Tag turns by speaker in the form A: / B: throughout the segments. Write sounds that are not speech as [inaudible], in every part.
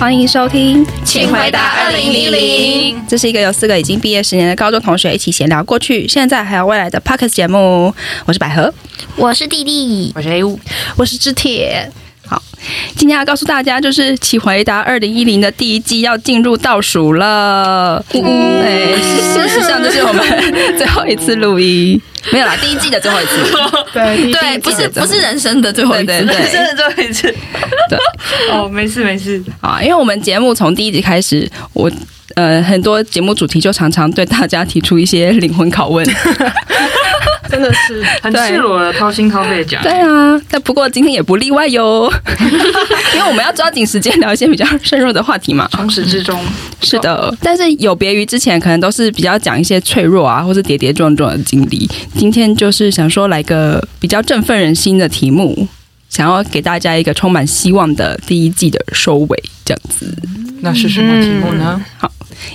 A: 欢迎收听，
B: 请回答2010。
A: 这是一个由四个已经毕业十年的高中同学一起闲聊过去、现在还有未来的 Pockets 节目。我是百合，
B: 我是弟弟，
C: 我是 A 五，
B: 我是知铁。
A: 今天要告诉大家，就是《请回答二零一零》的第一季要进入倒数了。呜、对，事实上这是我们最后一次录音，没有啦，第一季的最后 [laughs] 一次。
C: 对
B: 对，不是
A: 记得
B: 不是人生的最后一
A: 对对
B: 次，
A: 对，
C: [laughs] 真的最后一次。
A: 对，
C: 哦，没事没事，
A: 啊，因为我们节目从第一集开始，我呃很多节目主题就常常对大家提出一些灵魂拷问。
C: 真的是很
A: 对
C: 赤裸的掏心掏肺讲。
A: 对啊，但不过今天也不例外哟，因为我们要抓紧时间聊一些比较深入的话题嘛。
C: 从始至终，
A: 是的，但是有别于之前，可能都是比较讲一些脆弱啊，或是跌跌撞撞的经历。今天就是想说来个比较振奋人心的题目，想要给大家一个充满希望的第一季的收尾，这样子。
C: 嗯
D: 那是什么题目呢？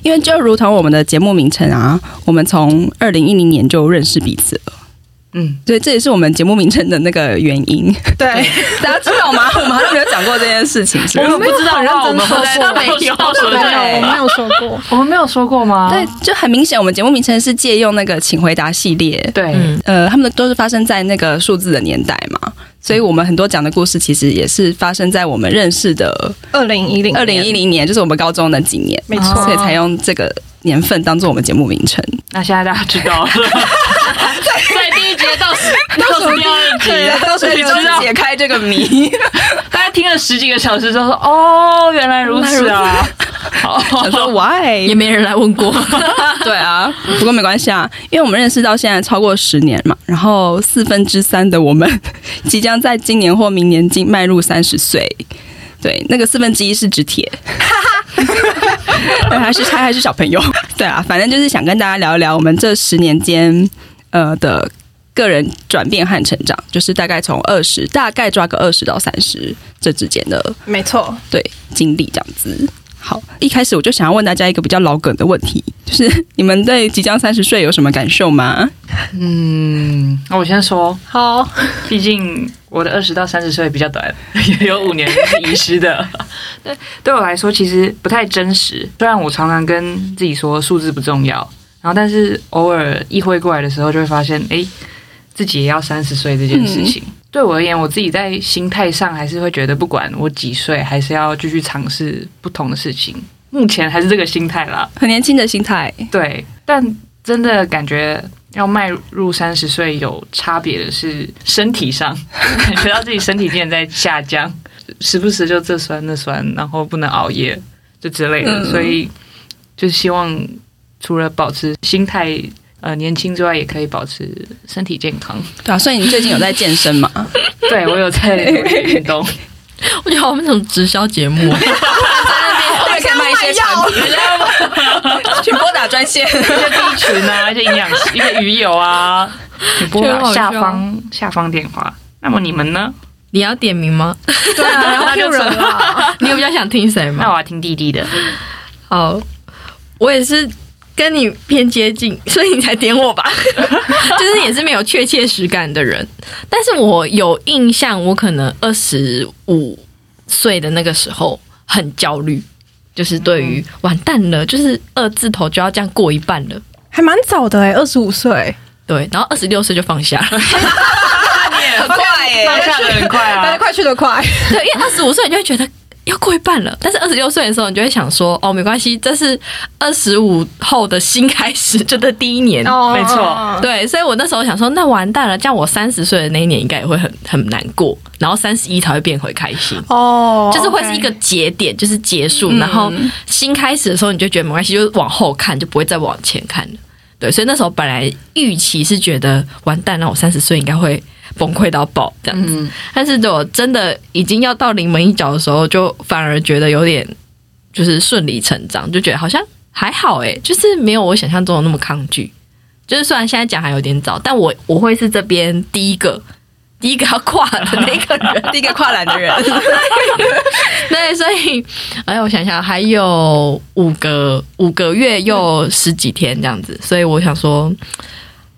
A: 因为就如同我们的节目名称啊，我们从二零一零年就认识彼此了，
D: 嗯，
A: 所以这也是我们节目名称的那个原因。
D: 对，
A: [laughs] 大家知道吗？我们好像没有讲过这件事情，是不是
C: 我们不知道啊，我们
D: 说过
C: 没有，
A: 对
B: 没有说过。
C: 我们没有说过吗？
A: 对，就很明显，我们节目名称是借用那个《请回答》系列，
C: 对，
D: 嗯，
A: 呃，他们都是发生在那个数字的年代嘛，所以我们很多讲的故事其实也是发生在我们认识的
B: 二零一零
A: 二零一零年，就是我们高中那几年，
B: 没
C: 错
A: 所以才用这个年份当做我们节目名称。
C: 那现在大家知道 [laughs] 了。在第一节到十到十第二集，
A: 到时候
C: 你知道
A: 就解开这个谜。
C: 大家听了十几个小时之后说：“哦，原来如此啊！” [laughs] 好，
A: 想说 why？
B: 也没人来问过，
A: 对啊，不过没关系啊，因为我们认识到现在超过十年嘛，然后四分之三的我们 [laughs] 即将在今年或明年进迈入三十岁。对，那个四分之一是纸铁，对还是他还是小朋友。对啊，反正就是想跟大家聊一聊我们这十年间呃的个人转变和成长，就是大概从二十，大概抓个二十到三十这之间的
B: 没错。
A: 对经历这样子。好，一开始我就想要问大家一个比较老梗的问题，就是你们对即将三十岁有什么感受吗？
C: 那我先说，
B: 好，
C: [laughs] 毕竟我的二十到三十岁比较短， [laughs] 也有五年是遗失的。 [laughs] 对，对我来说其实不太真实。虽然我常常跟自己说数字不重要，然后但是偶尔意会过来的时候，就会发现，哎，自己也要三十岁这件事情。对我而言，我自己在心态上还是会觉得，不管我几岁，还是要继续尝试不同的事情。目前还是这个心态啦。
A: 很年轻的心态，
C: 对，但真的感觉要迈入三十岁有差别的是身体上， [laughs] 感觉到自己身体竟然在下降，时不时就这酸那酸，然后不能熬夜就之类的，
A: 嗯
C: 所以就希望除了保持心态。呃，年轻之外也可以保持身体健 [laughs] 康。
A: 对啊，所以你最近有在健身 [laughs] 吗？
C: 对我有在努力运 [laughs] 动，
B: 我觉得我们这种直销节目，
A: 啊我也可以卖一些产品，去拨打专线。
C: 一些 B 群 [laughs] 啊，一些营养师，一些鱼油 [laughs] 啊，你拨
B: 觉得好
C: 打下
B: 笑
C: 方下方电话。那么你们呢？
E: 你要点名吗？
C: 对啊，那就成
E: 你有比较想听谁
C: 那
E: 吗？
C: 我要听弟弟 [laughs] 的。
E: 好，我也是跟你偏接近，所以你才点我吧，
C: [laughs]
E: 就是也是没有确切实感的人。但是我有印象，我可能二十五岁的那个时候很焦虑，就是对于
C: 嗯
E: 完蛋了，就是二字头就要这样过一半了。
B: 还蛮早
F: 欸
B: 的哎，二十五岁，
E: 对，然后二十六岁就放下
B: [laughs]
E: 了，
A: 很快
E: 哎
A: 耶、
C: 放下的很快
B: 大家
C: 啊，
B: 快去得快，
E: 对，因为二十五岁你就会觉得要过一半了，但是二十六岁的时候，你就会想说，哦，没关系，这是二十五后的新开始，就这第一年。
B: 哦
C: 没错，
E: 对，所以我那时候想说，那完蛋了，这样我三十岁的那一年应该也会很很难过，然后三十一才会变回开心。
B: 哦，嗯
E: 就是会是一个节点，就是结束，然后新开始的时候，你就觉得没关系，就是往后看，就不会再往前看了。对，所以那时候本来预期是觉得完蛋，那我三十岁应该会崩溃到爆这样子，
C: 嗯，
E: 但是我真的已经要到临门一脚的时候，就反而觉得有点就是顺理成章，就觉得好像还好诶、就是没有我想象中的那么抗拒。就是虽然现在讲还有点早，但我我会是这边第一个第一个要跨的那个人。
A: [laughs] 第一个跨栏的人，
E: [laughs] 对，所以，哎，我想想，还有五个五个月又十几天这样子，所以我想说，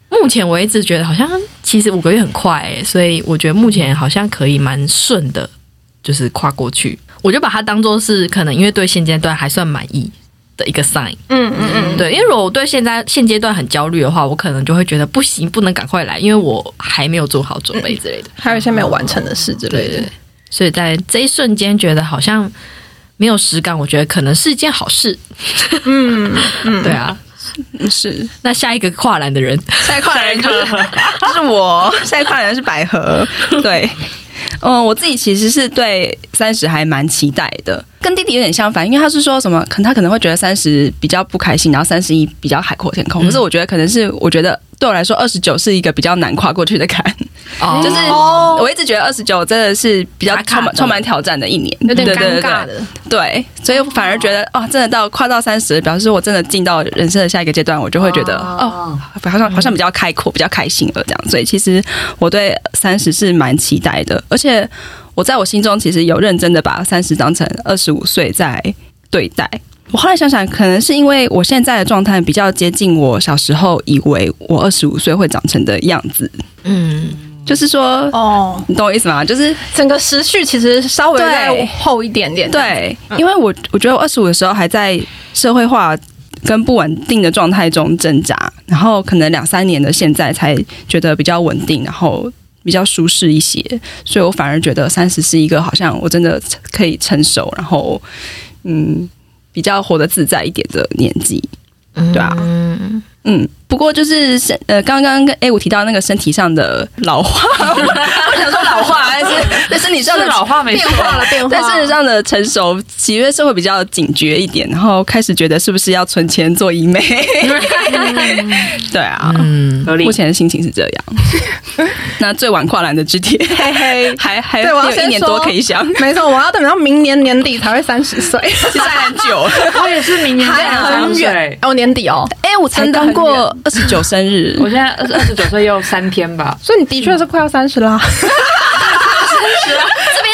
E: 目前我一直觉得好像其实五个月很快、欸，所以我觉得目前好像可以蛮顺的，就是跨过去。我就把它当做是可能因为对现阶段还算满意的一个 sign。
F: 嗯嗯嗯，
E: 对，因为如果我对现在现阶段很焦虑的话，我可能就会觉得不行，不能赶快来，因为我还没有做好准备之类的。
F: [laughs] 还有一些没有完成的事之类的。
E: 所以在这一瞬间觉得好像没有实感，我觉得可能是一件好事。
F: 嗯
E: [laughs]
F: 嗯，
E: 对，啊，
A: 是，
E: 那下一个跨栏的人，
A: [laughs] 下一块人就是 [laughs] 就是我，下一块人是百合，对。嗯，我自己其实是对三十还蛮期待的，跟弟弟有点相反，因为他是说什么，可能他可能会觉得三十比较不开心，然后三十一比较海阔天空。可是我觉得可能是，我觉得对我来说，二十九是一个比较难跨过去的坎，
E: 哦
A: 就是我一直觉得二十九真的是比较
E: 卡卡
A: 充满
E: 的
A: 充满挑战的一年，
F: 有点
A: 对
F: 尴尬。的。
A: 对对对，所以我反而觉得哦，真的到跨到三十，表示我真的进到人生的下一个阶段，我就会觉得哦，
C: 哦，
A: 好像好像比较开阔，比较开心了这样。所以其实我对三十是蛮期待的，而且我在我心中其实有认真的把三十当成二十五岁在对待。我后来想想，可能是因为我现在的状态比较接近我小时候以为我二十五岁会长成的样子，
E: 嗯，
A: 就是说，
F: 哦，
A: 你懂我意思吗？就是
F: 整个时序其实稍微
A: 对
F: 再厚一点点。，
A: 对，因为我我觉得我二十五的时候还在社会化跟不稳定的状态中挣扎，然后可能两三年的现在才觉得比较稳定，然后比较舒适一些，所以我反而觉得三十是一个好像我真的可以成熟，然后嗯比较活得自在一点的年纪。对啊，嗯，不过就是身呃，刚刚跟 A 五提到那个身体上的老化，我我想说老化，还是在身体上的
C: 是老话没
F: 变
C: 错，
F: 化了，
A: [laughs]
F: 变化
A: 在
F: 了。
A: 身体上的成熟，喜悦是会比较警觉一点，然后开始觉得是不是要存钱做医美？ [laughs] 对啊，
E: 嗯，
C: 合理
A: 目。前的心情是这样。 [laughs] 那最晚跨栏的之铁，
F: 嗯嘿嘿，
A: 还还
F: 对我要
A: 有一
F: 先
A: 年
F: 说
A: 多可以想，
F: 没错，我要等到明年年底才会三十岁，
A: 其实还很
F: [laughs]
A: 久。
C: 我也是明年才
F: 还
C: 30
F: 很远
C: 岁。
F: 哦，年底哦。
A: 哎、我才
F: 真的很
A: 刚
F: 远
A: 过二十九生日，
C: 我现在二二十九岁又三天吧，
F: 所以你的确是快要三十啦，
E: 这边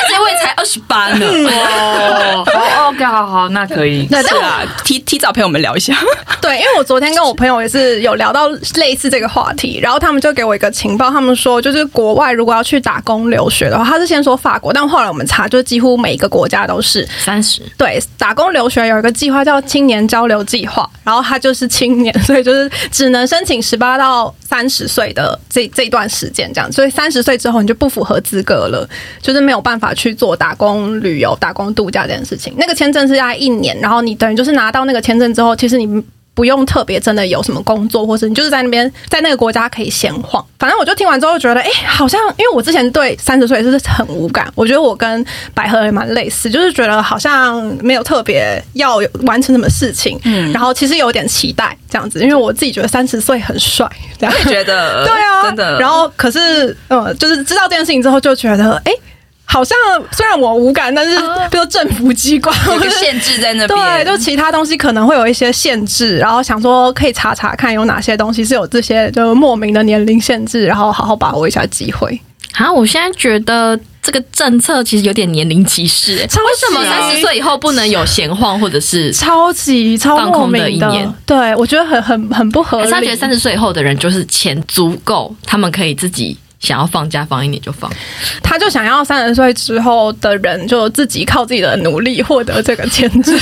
E: 这位才二十八呢，
C: 哦，好，OK，好好，那可
E: [laughs]
C: 以。
F: [laughs] 对，
A: 是
F: 但我
A: 啊，提提早陪我们聊一下。
F: 对，因为我昨天跟我朋友也是有聊到类似这个话题，然后他们就给我一个情报，他们说就是国外如果要去打工留学的话，他是先说法国，但后来我们查，就几乎每一个国家都是
E: 三十，
F: 对打工留学有一个计划叫青年交流计划，然后它就是青年， [laughs] 所以就是只能申请十八到三十岁的这这一段时间这样，所以三十岁之后你就不符合资格了，就是没有办法去做打工旅游、打工度假这件事情。那个签证是要一年，然后你等于就是拿到那个签证之后，其实你不用特别真的有什么工作，或是你就是在那边在那个国家可以闲晃。反正我就听完之后觉得，哎、好像因为我之前对三十岁是很无感，我觉得我跟百合也蛮类似，就是觉得好像没有特别要有完成什么事情，然后其实有点期待这样子，因为我自己觉得三十岁很帅，这样
A: 我也觉得，
F: 对啊，
A: 呃真的。
F: 然后可是，呃，就是知道这件事情之后，就觉得，哎、好像虽然我无感，但是比如说政府机关
A: 有
F: 或
A: 个
F: 者是
A: 限制在那边，
F: 对，就其他东西可能会有一些限制，然后想说可以查查看有哪些东西是有这些就莫名的年龄限制，然后好好把握一下机会。
E: 啊，我现在觉得这个政策其实有点年龄歧视、欸，
F: 超
E: 为什么
F: 级
E: 三十岁以后不能有闲晃或者是？
F: 超级超
E: 放
F: 莫
E: 空的
F: 名
E: 一
F: 的，
E: 年
F: 对我觉得很很很不合
E: 还
F: 理。
E: 是他觉得三十岁以后的人就是钱足够，他们可以自己想要放假放一年就放。
F: 他就想要三十岁之后的人就自己靠自己的努力获得这个签
A: [laughs]
F: 证，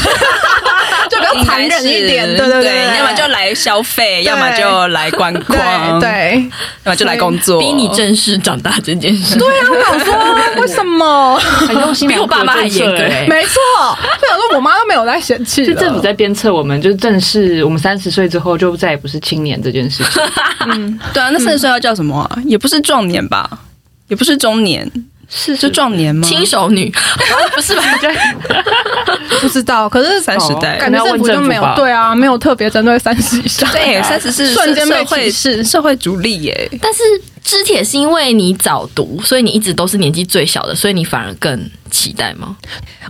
F: 就比较残忍一点。
A: 应该是
F: 对对
A: 要么就来消费，要么就来观光，
F: 对，对
A: 要么就来工作，
E: 逼你正式长大这件事，对啊，
F: 我想说为什么？
C: 很用心啊
E: 比我
C: 良苦
E: 爸
C: 的
E: 妈还
C: 政
E: 严
C: 策
E: 格、
C: 欸。
E: 欸。
F: 没错，我想说我妈都没有在嫌弃
C: 是
F: 了，
C: 政府在鞭策我们，就是正式我们三十岁之后就再也不是青年这件事
E: [laughs]
C: 情。
A: 对啊，那三十岁要叫什么啊？也不是壮年吧？也不是中年，
C: 是
A: 是壮年吗？
E: 轻熟女 [laughs] 不是吧？
F: 不知道，可是
A: 三十代
F: 感觉政府
C: 哦可能要
F: 就没
C: 问政府
F: 有
C: 吧
F: 对啊，没有特别针对三十以上。
A: 对，三十是
F: 瞬间被
A: 社会
F: 歧
A: 是社会主力耶，
E: 但是肢铁是因为你早读，所以你一直都是年纪最小的，所以你反而更期待吗？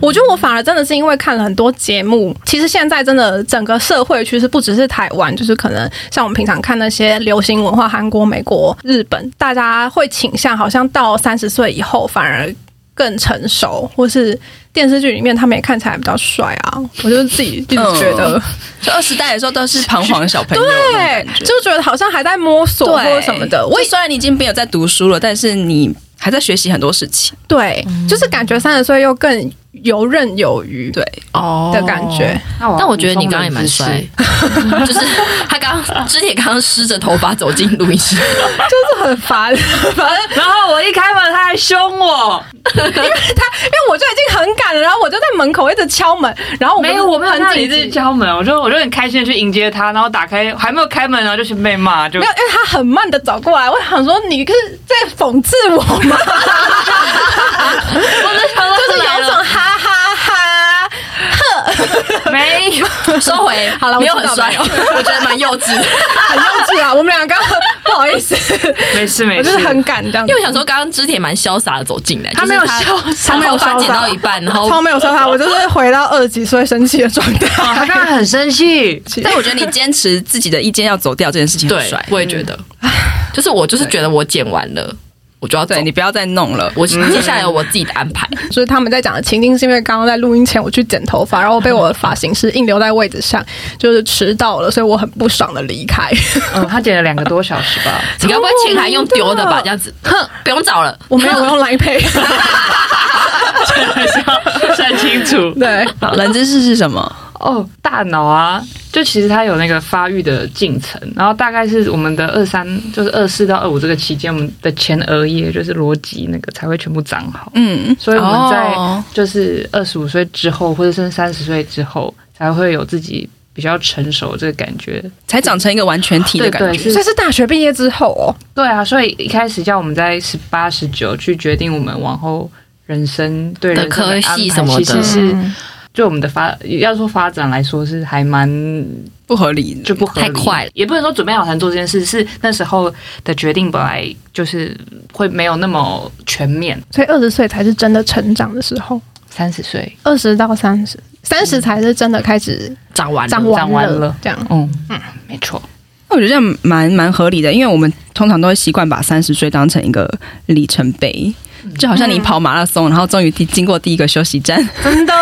F: 我觉得我反而真的是因为看了很多节目，其实现在真的整个社会趋势不只是台湾，就是可能像我们平常看那些流行文化，韩国、美国、日本，大家会倾向好像到三十岁以后反而更成熟，或是电视剧里面他们也看起来比较帅啊。我就是自己一直觉得，
A: 就二十代的时候都是彷徨的小朋友嗯那种
F: 对
A: 感觉，，
F: 就觉得好像还在摸索或什么的。我
A: 我虽然你已经没有在读书了，但是你还在学习很多事情，
F: 对，就是感觉三十岁又更游刃有余
A: 对
E: 哦
F: 的感觉。。
C: 那我
E: 但我觉得你刚刚也蛮帅， [laughs] 就是他刚刚之前刚刚湿着头发走进录音 [laughs] 室，
A: 哦
F: 就是很烦， [laughs] 反正
C: 然后我一开门，他还凶我，
F: 因为我就已经很赶了，然后我就在门口一直敲门，然后我
C: 没有，我没有看到
F: 很
C: 你
F: 紧
C: 自己
F: 急，
C: 敲门，我就我就很开心的去迎接他，然后打开还没有开门，然后就去被骂，就
E: [laughs]
F: 没有，因为他很慢的走过来，我想说你是在讽刺我吗？就是有种哈哈哈。
C: 没有。
E: 收回
F: 好了我
E: 没
F: 知
E: 有
F: 道
E: 很帅哦， [laughs] 我觉得蛮幼稚的。
F: 很幼稚啊！我们两个刚刚不好意思，
C: 没事没
F: 我就
C: 事，
F: 是很赶这样子，
E: 因为我想说，刚刚之前蛮潇洒的走进来，
F: 他没有
E: 就是
F: 潇洒
E: 他没有
F: 他没有潇洒
E: 剪到一半，然后
F: 超没有说他，我就是回到二十几岁生气的状态。
C: [laughs] 啊，他当然很生气，
A: 但我觉得你坚持自己的意见要走掉这件事情很
E: 对
A: 帅，，
E: 我也觉 [laughs] 得，就是我就是觉得我剪完了，我就要走
A: 对，你不要再弄了。
E: 我接下来有我自己的安排。
F: 就是他们在讲的情境，是因为刚刚在录音前我去剪头发，然后被我的发型师硬留在位置上，就是迟到了，所以我很不爽的离开。
C: [laughs] 嗯，他剪了两个多小时吧，
E: 你该不会钱还用丢的吧？这样子，哼，不用找了。
F: 我没 [laughs] 有我用来配，
C: [laughs] 算清楚
F: [laughs] 对，
A: 冷知识是什么？
C: 哦。大脑啊，就其实它有那个发育的进程，然后大概是我们的二三，就是二四到二五这个期间，我们的前额叶就是逻辑那个才会全部长好，
A: 嗯，
C: 所以我们在
E: 哦
C: 就是二十五岁之后，或者甚至三十岁之后，才会有自己比较成熟这个感觉。
A: 才长成一个完全体的
C: 对
A: 感
C: 对，
A: 觉。
F: 所
C: 是
F: 以是大学毕业之后哦，
C: 对啊，所以一开始叫我们在十八、十九去决定我们往后人生对
E: 的
C: 人生
E: 科
C: 安
E: 系
C: 排
E: 什么的
C: 其
F: 嗯
C: 实是对我们的发要说发展来说是还蛮
A: 不合理
C: 就不合理
E: 太快了
C: 也不能说准备好才能做这件事，是那时候的决定本来就是会没有那么全面。
F: 所以二十岁才是真的成长的时候，
C: 三十岁，
F: 二十到三十，三十才是真的开始
E: 长完了
F: 长
C: 长
F: 完
C: 完
F: 了
C: 了，
F: 这样。
C: 嗯嗯，没错，
A: 那我觉得这样蛮蛮合理的，因为我们通常都会习惯把三十岁当成一个里程碑，就好像你跑马拉松，然后终于第经过第一个休息站，
F: 真的。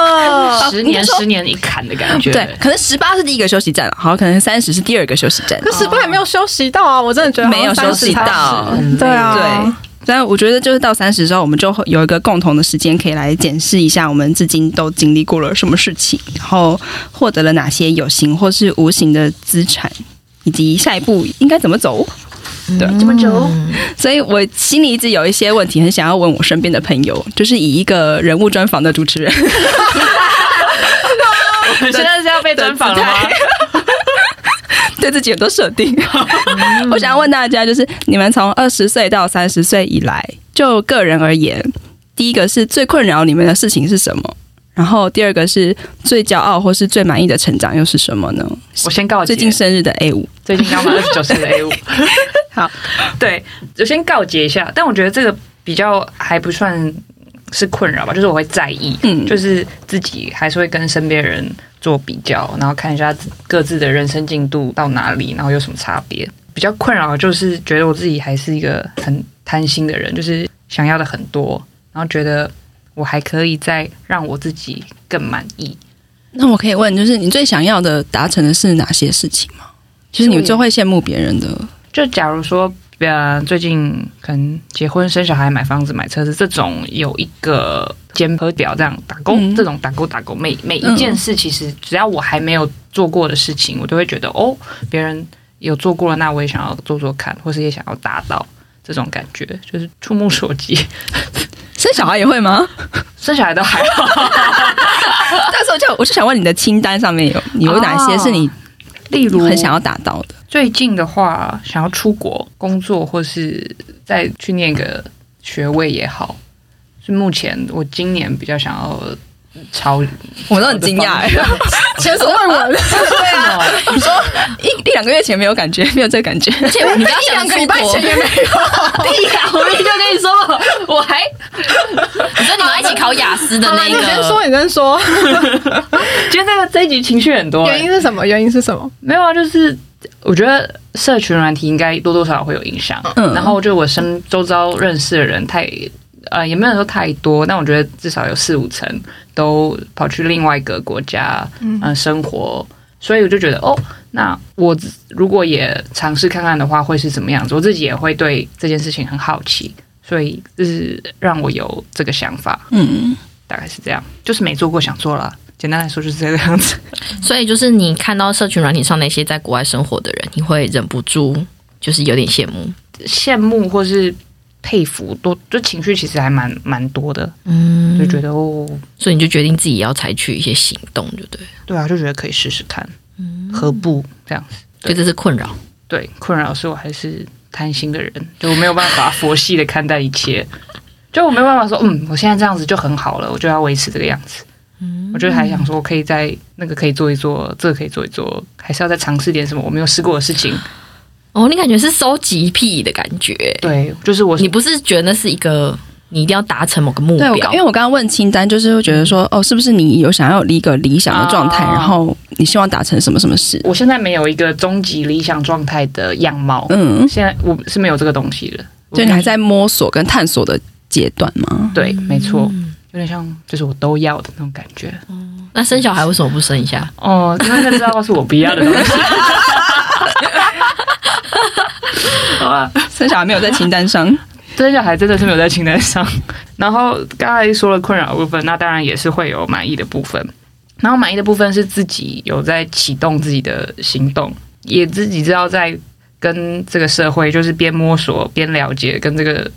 C: 十年
A: 你说
C: 十年一砍的感 [laughs] 觉。
A: 对，可能十八是第一个休息站，啊好，可能三十是第二个休息站，
F: [laughs] 可十八也没有休息到啊！我真的觉得
A: 没有休息
F: 好像30
A: 到
F: 才，是对啊，
A: 对。但我觉得就是到三十之后，我们就会有一个共同的时间可以来检视一下我们至今都经历过了什么事情，然后获得了哪些有形或是无形的资产，以及下一步应该怎么走。对，怎么走？所以我心里一直有一些问题，很想要问我身边的朋友，就是以一个人物专访的主持人，
C: 现在是要被专访了吗？
A: [laughs] 对自己有多设定。 [laughs] 我想要问大家，就是你们从二十岁到三十岁以来，就个人而言，第一个是最困扰你们的事情是什么？然后第二个是最骄傲或是最满意的成长又是什么呢？
C: 我先告诫
A: 最，近生日的 A 五，
C: 最近刚满二十九岁的 A 五。
A: 好，
C: 对，我先告诫一下，但我觉得这个比较还不算是困扰吧，就是我会在意，
A: 嗯
C: 就是自己还是会跟身边人做比较，然后看一下各自的人生进度到哪里，然后有什么差别。比较困扰的就是觉得我自己还是一个很贪心的人，就是想要的很多，然后觉得我还可以再让我自己更满意。
A: 那我可以问，就是你最想要的达成的是哪些事情吗？就是你最会羡慕别人的，
C: 就假如说，呃，最近可能结婚、生小孩、买房子、买车子这种，有一个检核表这样打勾，
A: 嗯
C: 这种打勾打勾，每每
A: 嗯
C: 一件事，其实只要我还没有做过的事情，我都会觉得哦，别人有做过了，那我也想要做做看，或是也想要达到这种感觉，就是触目所及。
A: 生小孩也会 [laughs] 吗？
C: 生小孩都还
A: [laughs]
C: 好，
A: 但是我就我就想问你的清单上面有有哪些是你
C: 例如
A: 很想要达到的？
C: 最近的话，想要出国工作，或是再去念个学位也好，是目前我今年比较想要朝。
A: 我都很惊讶、欸， [laughs]
F: 前 [laughs] 所未闻，
C: 对啊，
A: 你说一一两个月前没有感觉，没有这个感觉，
E: 而且你刚刚讲出国，
F: 也没有。
C: 我明天就跟你说，我还
E: 你说你们一起考雅思的那
F: 你先
E: 个，
F: 说，你先说，
C: 今天这个这一集情绪很多、欸
F: 原因是什么？原因是什么？
C: 没有啊，就是我觉得社群软体应该多多少少会有影响。
A: 嗯
C: 然后就我身周遭认识的人太呃也没有说太多，但我觉得至少有四五成都跑去另外一个国家嗯、呃生活，所以我就觉得哦，那我如果也尝试看看的话，会是怎么样子？我自己也会对这件事情很好奇，所以就是让我有这个想法。
A: [laughs] 嗯，
C: 大概是这样，就是没做过想做啦。简单来说就是这个样子。
E: 所以就是你看到社群软体上那些在国外生活的人，你会忍不住就是有点羡慕。
C: 羡慕或是佩服，多就情绪其实还蛮蛮多的，
E: 嗯
C: 就觉得哦，
E: 所以你就决定自己要采取一些行动，就对了，
C: 对啊，就觉得可以试试看，
E: 嗯
C: 何不这样子？
E: 所以这是困扰。
C: 对，困扰是我还是贪心的人，就我没有办法佛系的看待一切，就我没有办法说，嗯，我现在这样子就很好了，我就要维持这个样子。我就还想说，可以在那个可以做一做，这个可以做一做，还是要再尝试点什么我没有试过的事情。
E: 哦，你感觉是收集癖的感觉，
C: 对，就是我
E: 你不是觉得那是一个你一定要达成某个目
A: 对，
E: 标
A: 我，刚因为我刚刚问清单，就是会觉得说，哦，是不是你有想要一个理想的状态，
C: 哦
A: 然后你希望达成什么什么事？
C: 我现在没有一个终极理想状态的样貌，
A: 嗯，
C: 现在我是没有这个东西的。我
A: 所以你还在摸索跟探索的阶段 [laughs] 吗？
C: 对，没错，
A: 嗯
C: 有点像就是我都要的那种感觉。
E: 那生小孩为什么不生一下？
C: 哦，因为那知道是我不要的东西。 [laughs] 好啊吧，
A: 生小孩没有在清单上，
C: 这小孩真的是没有在清单上。然后刚才说了困扰的部分，那当然也是会有满意的部分。然后满意的部分是自己有在启动自己的行动，也自己知道在跟这个社会就是边摸索边了解跟这个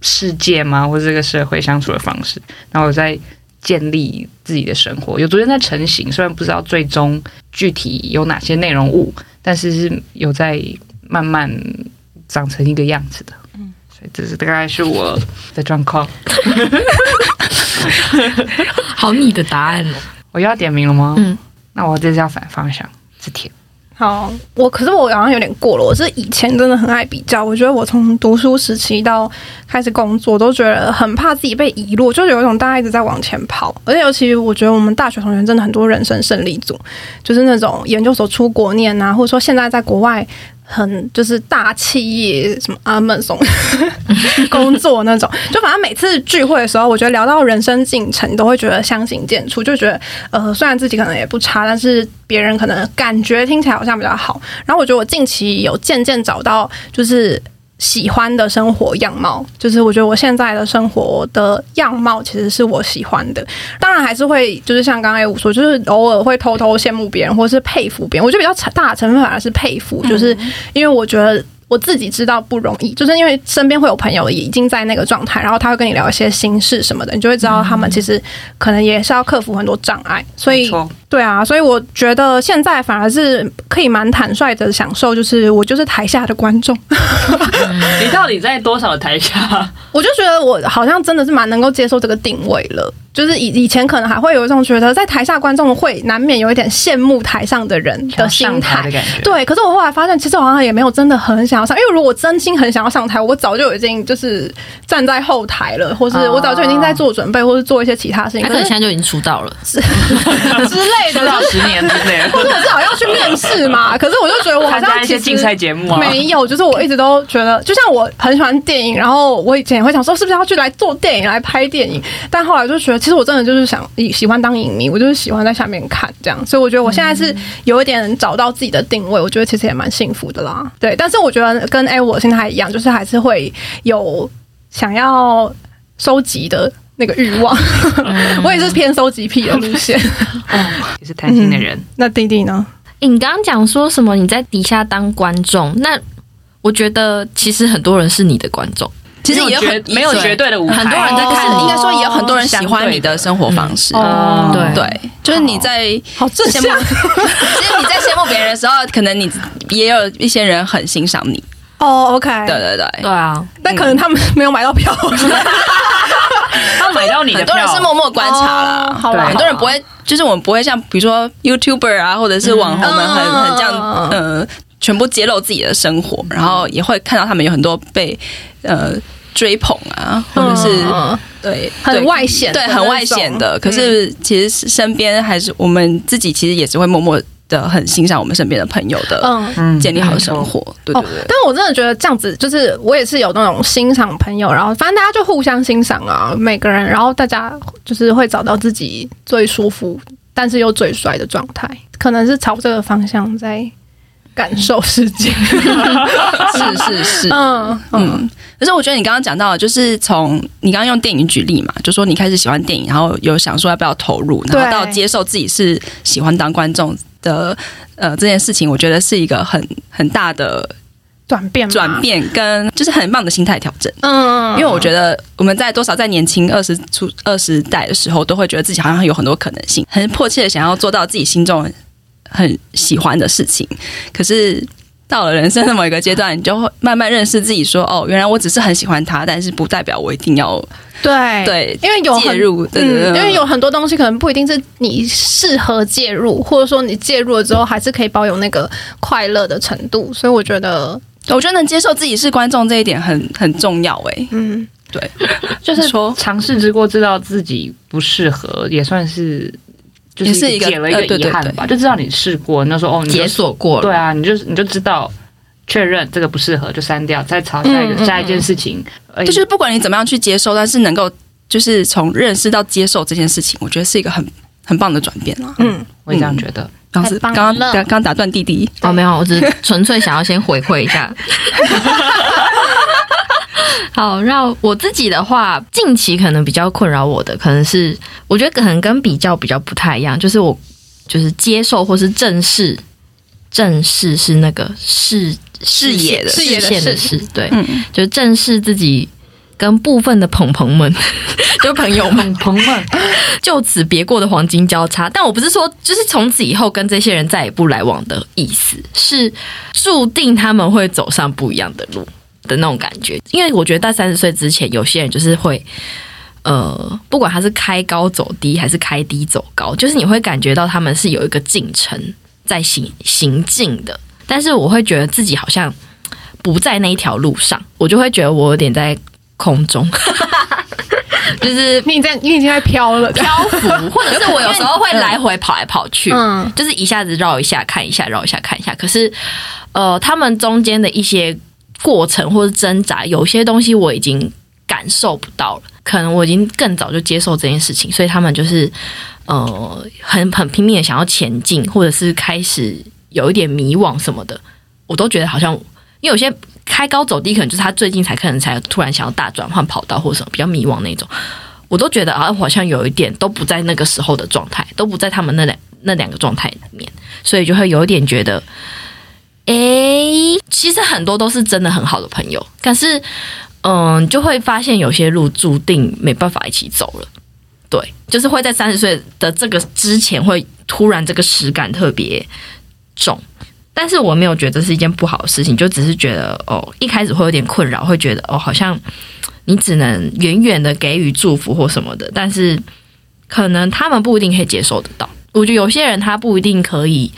C: 世界嘛，或者这个社会相处的方式。然后我在建立自己的生活，有逐渐在成型，虽然不知道最终具体有哪些内容物，但是是有在慢慢长成一个样子的。所以这是大概是我的状况。
E: 好，你的答案哦。
C: 我又要点名了吗？
E: 嗯，
C: 那我这次要反方向，是铁。
F: 好，我可是我好像有点过了。我是以前真的很爱比较，我觉得我从读书时期到开始工作，都觉得很怕自己被遗落，就有一种大家一直在往前跑。而且尤其我觉得我们大学同学真的很多人生胜利组，就是那种研究所出国念啊，或者说现在在国外很就是大企业什么阿曼松 [laughs] 工作那种。就反正每次聚会的时候，我觉得聊到人生进程，都会觉得相形见绌，就觉得呃，虽然自己可能也不差，但是别人可能感觉听起来好像比较好。然后我觉得我近期有渐渐找到就是喜欢的生活样貌，就是我觉得我现在的生活的样貌其实是我喜欢的。当然还是会就是像刚才我说，就是偶尔会偷偷羡慕别人或是佩服别人。我觉得比较大的成分反而是佩服，就是
C: 嗯
F: 因为我觉得。我自己知道不容易，就是因为身边会有朋友也已经在那个状态，然后他会跟你聊一些心事什么的，你就会知道他们其实可能也是要克服很多障碍，
C: 嗯
F: 所
C: 没
F: 以
C: 错，
F: 对啊，所以我觉得现在反而是可以蛮坦率的享受，就是我就是台下的观众， [laughs]
C: 你到底在多少台下？
F: 我就觉得我好像真的是蛮能够接受这个定位了。就是以以前可能还会有一种觉得在台下观众会难免有一点羡慕台上的人的心
C: 上台
F: 态
C: 的，感觉。
F: 对，可是我后来发现，其实我好像也没有真的很想要上，因为如果我真心很想要上台，我早就已经就是站在后台了，或是
C: 哦
F: 我早就已经在做准备，或是做一些其他事情，
E: 他可
F: 哎可
E: 能
F: 是
E: 现在就已经出道了，
F: 之类的，
C: 出道
F: 就是
C: 十年之内，
A: [laughs] 嗯
F: 或者至少要去面
C: [laughs]
F: 试嘛。可是我就觉得我好
C: 参加
F: 像
C: 一
F: 其
C: 些
F: 实
C: 竞赛节目啊。
F: 没有，就是我一直都觉得，就像我很喜欢电影，然后我以前也会想说，是不是要去来做电影来拍电影？但后来就觉得，其实我真的就是想喜欢当影迷，我就是喜欢在下面看这样，所以我觉得我现在是有一点找到自己的定位，我觉得其实也蛮幸福的啦。对，但是我觉得跟哎、我现在一样，就是还是会有想要收集的。那个欲望，
C: 嗯
F: [laughs] 我也是偏收集癖的
C: [laughs]
F: 路线。
C: 也是贪心的人，
F: 那弟弟呢？
E: 欸你刚刚讲说什么？你在底下当观众，那我觉得其实很多人是你的观众，
A: [laughs] 其实
C: 没
A: 也
C: 有
A: 很
C: 绝没有绝对的舞台，
A: 很多人在看你，应该说也有很多人喜欢你的生活方式。
F: 哦，
E: 对
A: 哦嗯对，就是你在
F: 好正
A: 羡
F: 向
A: 慕， [laughs] 其实你在羡慕别人的时候，可能你也有一些人很欣赏你。
F: 哦，OK，
A: 对嗯对对，
E: 对啊，
F: 但可能他们没有买到票。
C: 他买到你的
A: 很多人
C: 票
A: 是默默观察啦，
F: 哦好
A: 对
F: 啦
A: 很多人不会，就是我们不会像比如说 YouTuber 啊，或者是网红们很
F: 嗯
A: 很这样，呃，全部揭露自己的生活，然后也会看到他们有很多被呃追捧啊，或者是
F: 嗯
A: 对
F: 很
A: 对
F: 外显的
A: 对
F: 那种，
A: 很外显的。可是其实身边还是我们自己，其实也是会默默的很欣赏我们身边的朋友的
F: 嗯。
C: 嗯
A: 建立好生活，对对
F: 哦，
A: 对。
F: 但我真的觉得这样子，就是我也是有那种欣赏朋友，然后反正大家就互相欣赏啊，每个人，然后大家就是会找到自己最舒服，但是又最帅的状态，可能是朝这个方向在感受世界。
A: 是是是，
F: 嗯
A: 嗯，可是我觉得你刚刚讲到，就是从你刚刚用电影举例嘛，就说你开始喜欢电影，然后有想说要不要投入，然后
F: 对
A: 到接受自己是喜欢当观众的，呃，这件事情，我觉得是一个很很大的
F: 转变嘛
A: 转，变，跟就是很棒的心态调整。
F: 嗯
A: 因为我觉得我们在多少在年轻二十出二十代的时候，都会觉得自己好像有很多可能性，很迫切的想要做到自己心中很喜欢的事情。可是到了人生的某一个阶段，你就会慢慢认识自己说，哦，原来我只是很喜欢它，但是不代表我一定要
F: 对，
A: 对
F: 哎因为有
A: 介
F: 很
A: 入，对对
F: 嗯，
A: 对，
F: 因为有很多东西可能不一定是你适合介入，或者说你介入了之后还是可以保有那个快乐的程度，所以我觉得，
A: 我觉得能接受自己是观众这一点很很重要诶、
F: 嗯，
C: 就是
A: 说
C: 尝试之过，知道自己不适合，也算是就
A: 也是一个
C: 解了
A: 呃
C: 一个
A: 对
C: 遗
A: 对
C: 憾
A: 对
C: 吧，就知道你试过，那时候哦，你就
E: 解锁过了，
C: 对啊，你就你就知道确认这个不适合就删掉，再朝下一个、
F: 嗯嗯
C: 下一件事情。哎而已
A: 就是不管你怎么样去接受，但是能够就是从认识到接受这件事情，我觉得是一个很很棒的转变啊。
C: 我也这样觉得。
A: 老师刚刚刚刚打断弟弟，
E: 哦，没有，我只
F: [laughs]
E: 是纯粹想要先回馈一下。 [laughs] 好，让我自己的话，近期可能比较困扰我的，可能是我觉得可能跟比较比较不太一样，就是我就是接受或是正视，正视是那个视视
A: 野的
E: 视
F: 视野的
E: 线的
F: 视
E: 视，对，
A: 嗯，
E: 就正视自己跟部分的朋朋们， [laughs] 就朋友
A: 嗯
E: 们，
C: 朋们，
E: [laughs] 就此别过的黄金交叉。但我不是说就是从此以后跟这些人再也不来往的意思，是注定他们会走上不一样的路的那种感觉。因为我觉得到三十岁之前，有些人就是会。呃，不管他是开高走低还是开低走高，就是你会感觉到他们是有一个进程在行行进的。但是我会觉得自己好像不在那一条路上，我就会觉得我有点在空中， [laughs] 就是
F: 你在你已经在飘了，
E: 漂浮，或者是我有时候会来回跑来跑去，
F: 嗯
E: 就是一下子绕一下看一下，绕一下看一下。可是，呃，他们中间的一些过程或者挣扎，有些东西我已经感受不到了，可能我已经更早就接受这件事情，所以他们就是呃，很很拼命的想要前进，或者是开始有一点迷惘什么的，我都觉得好像，因为有些开高走低，可能就是他最近才可能才突然想要大转换跑道或什么，比较迷惘那种，我都觉得啊，我好像有一点都不在那个时候的状态，都不在他们那两那两个状态里面，所以就会有一点觉得，诶、其实很多都是真的很好的朋友，但是嗯，就会发现有些路注定没办法一起走了。对，就是会在三十岁的这个之前，会突然这个实感特别重。但是我没有觉得是一件不好的事情，就只是觉得哦，一开始会有点困扰，会觉得哦，好像你只能远远的给予祝福或什么的，但是可能他们不一定可以接受得到。我觉得有些人他不一定可以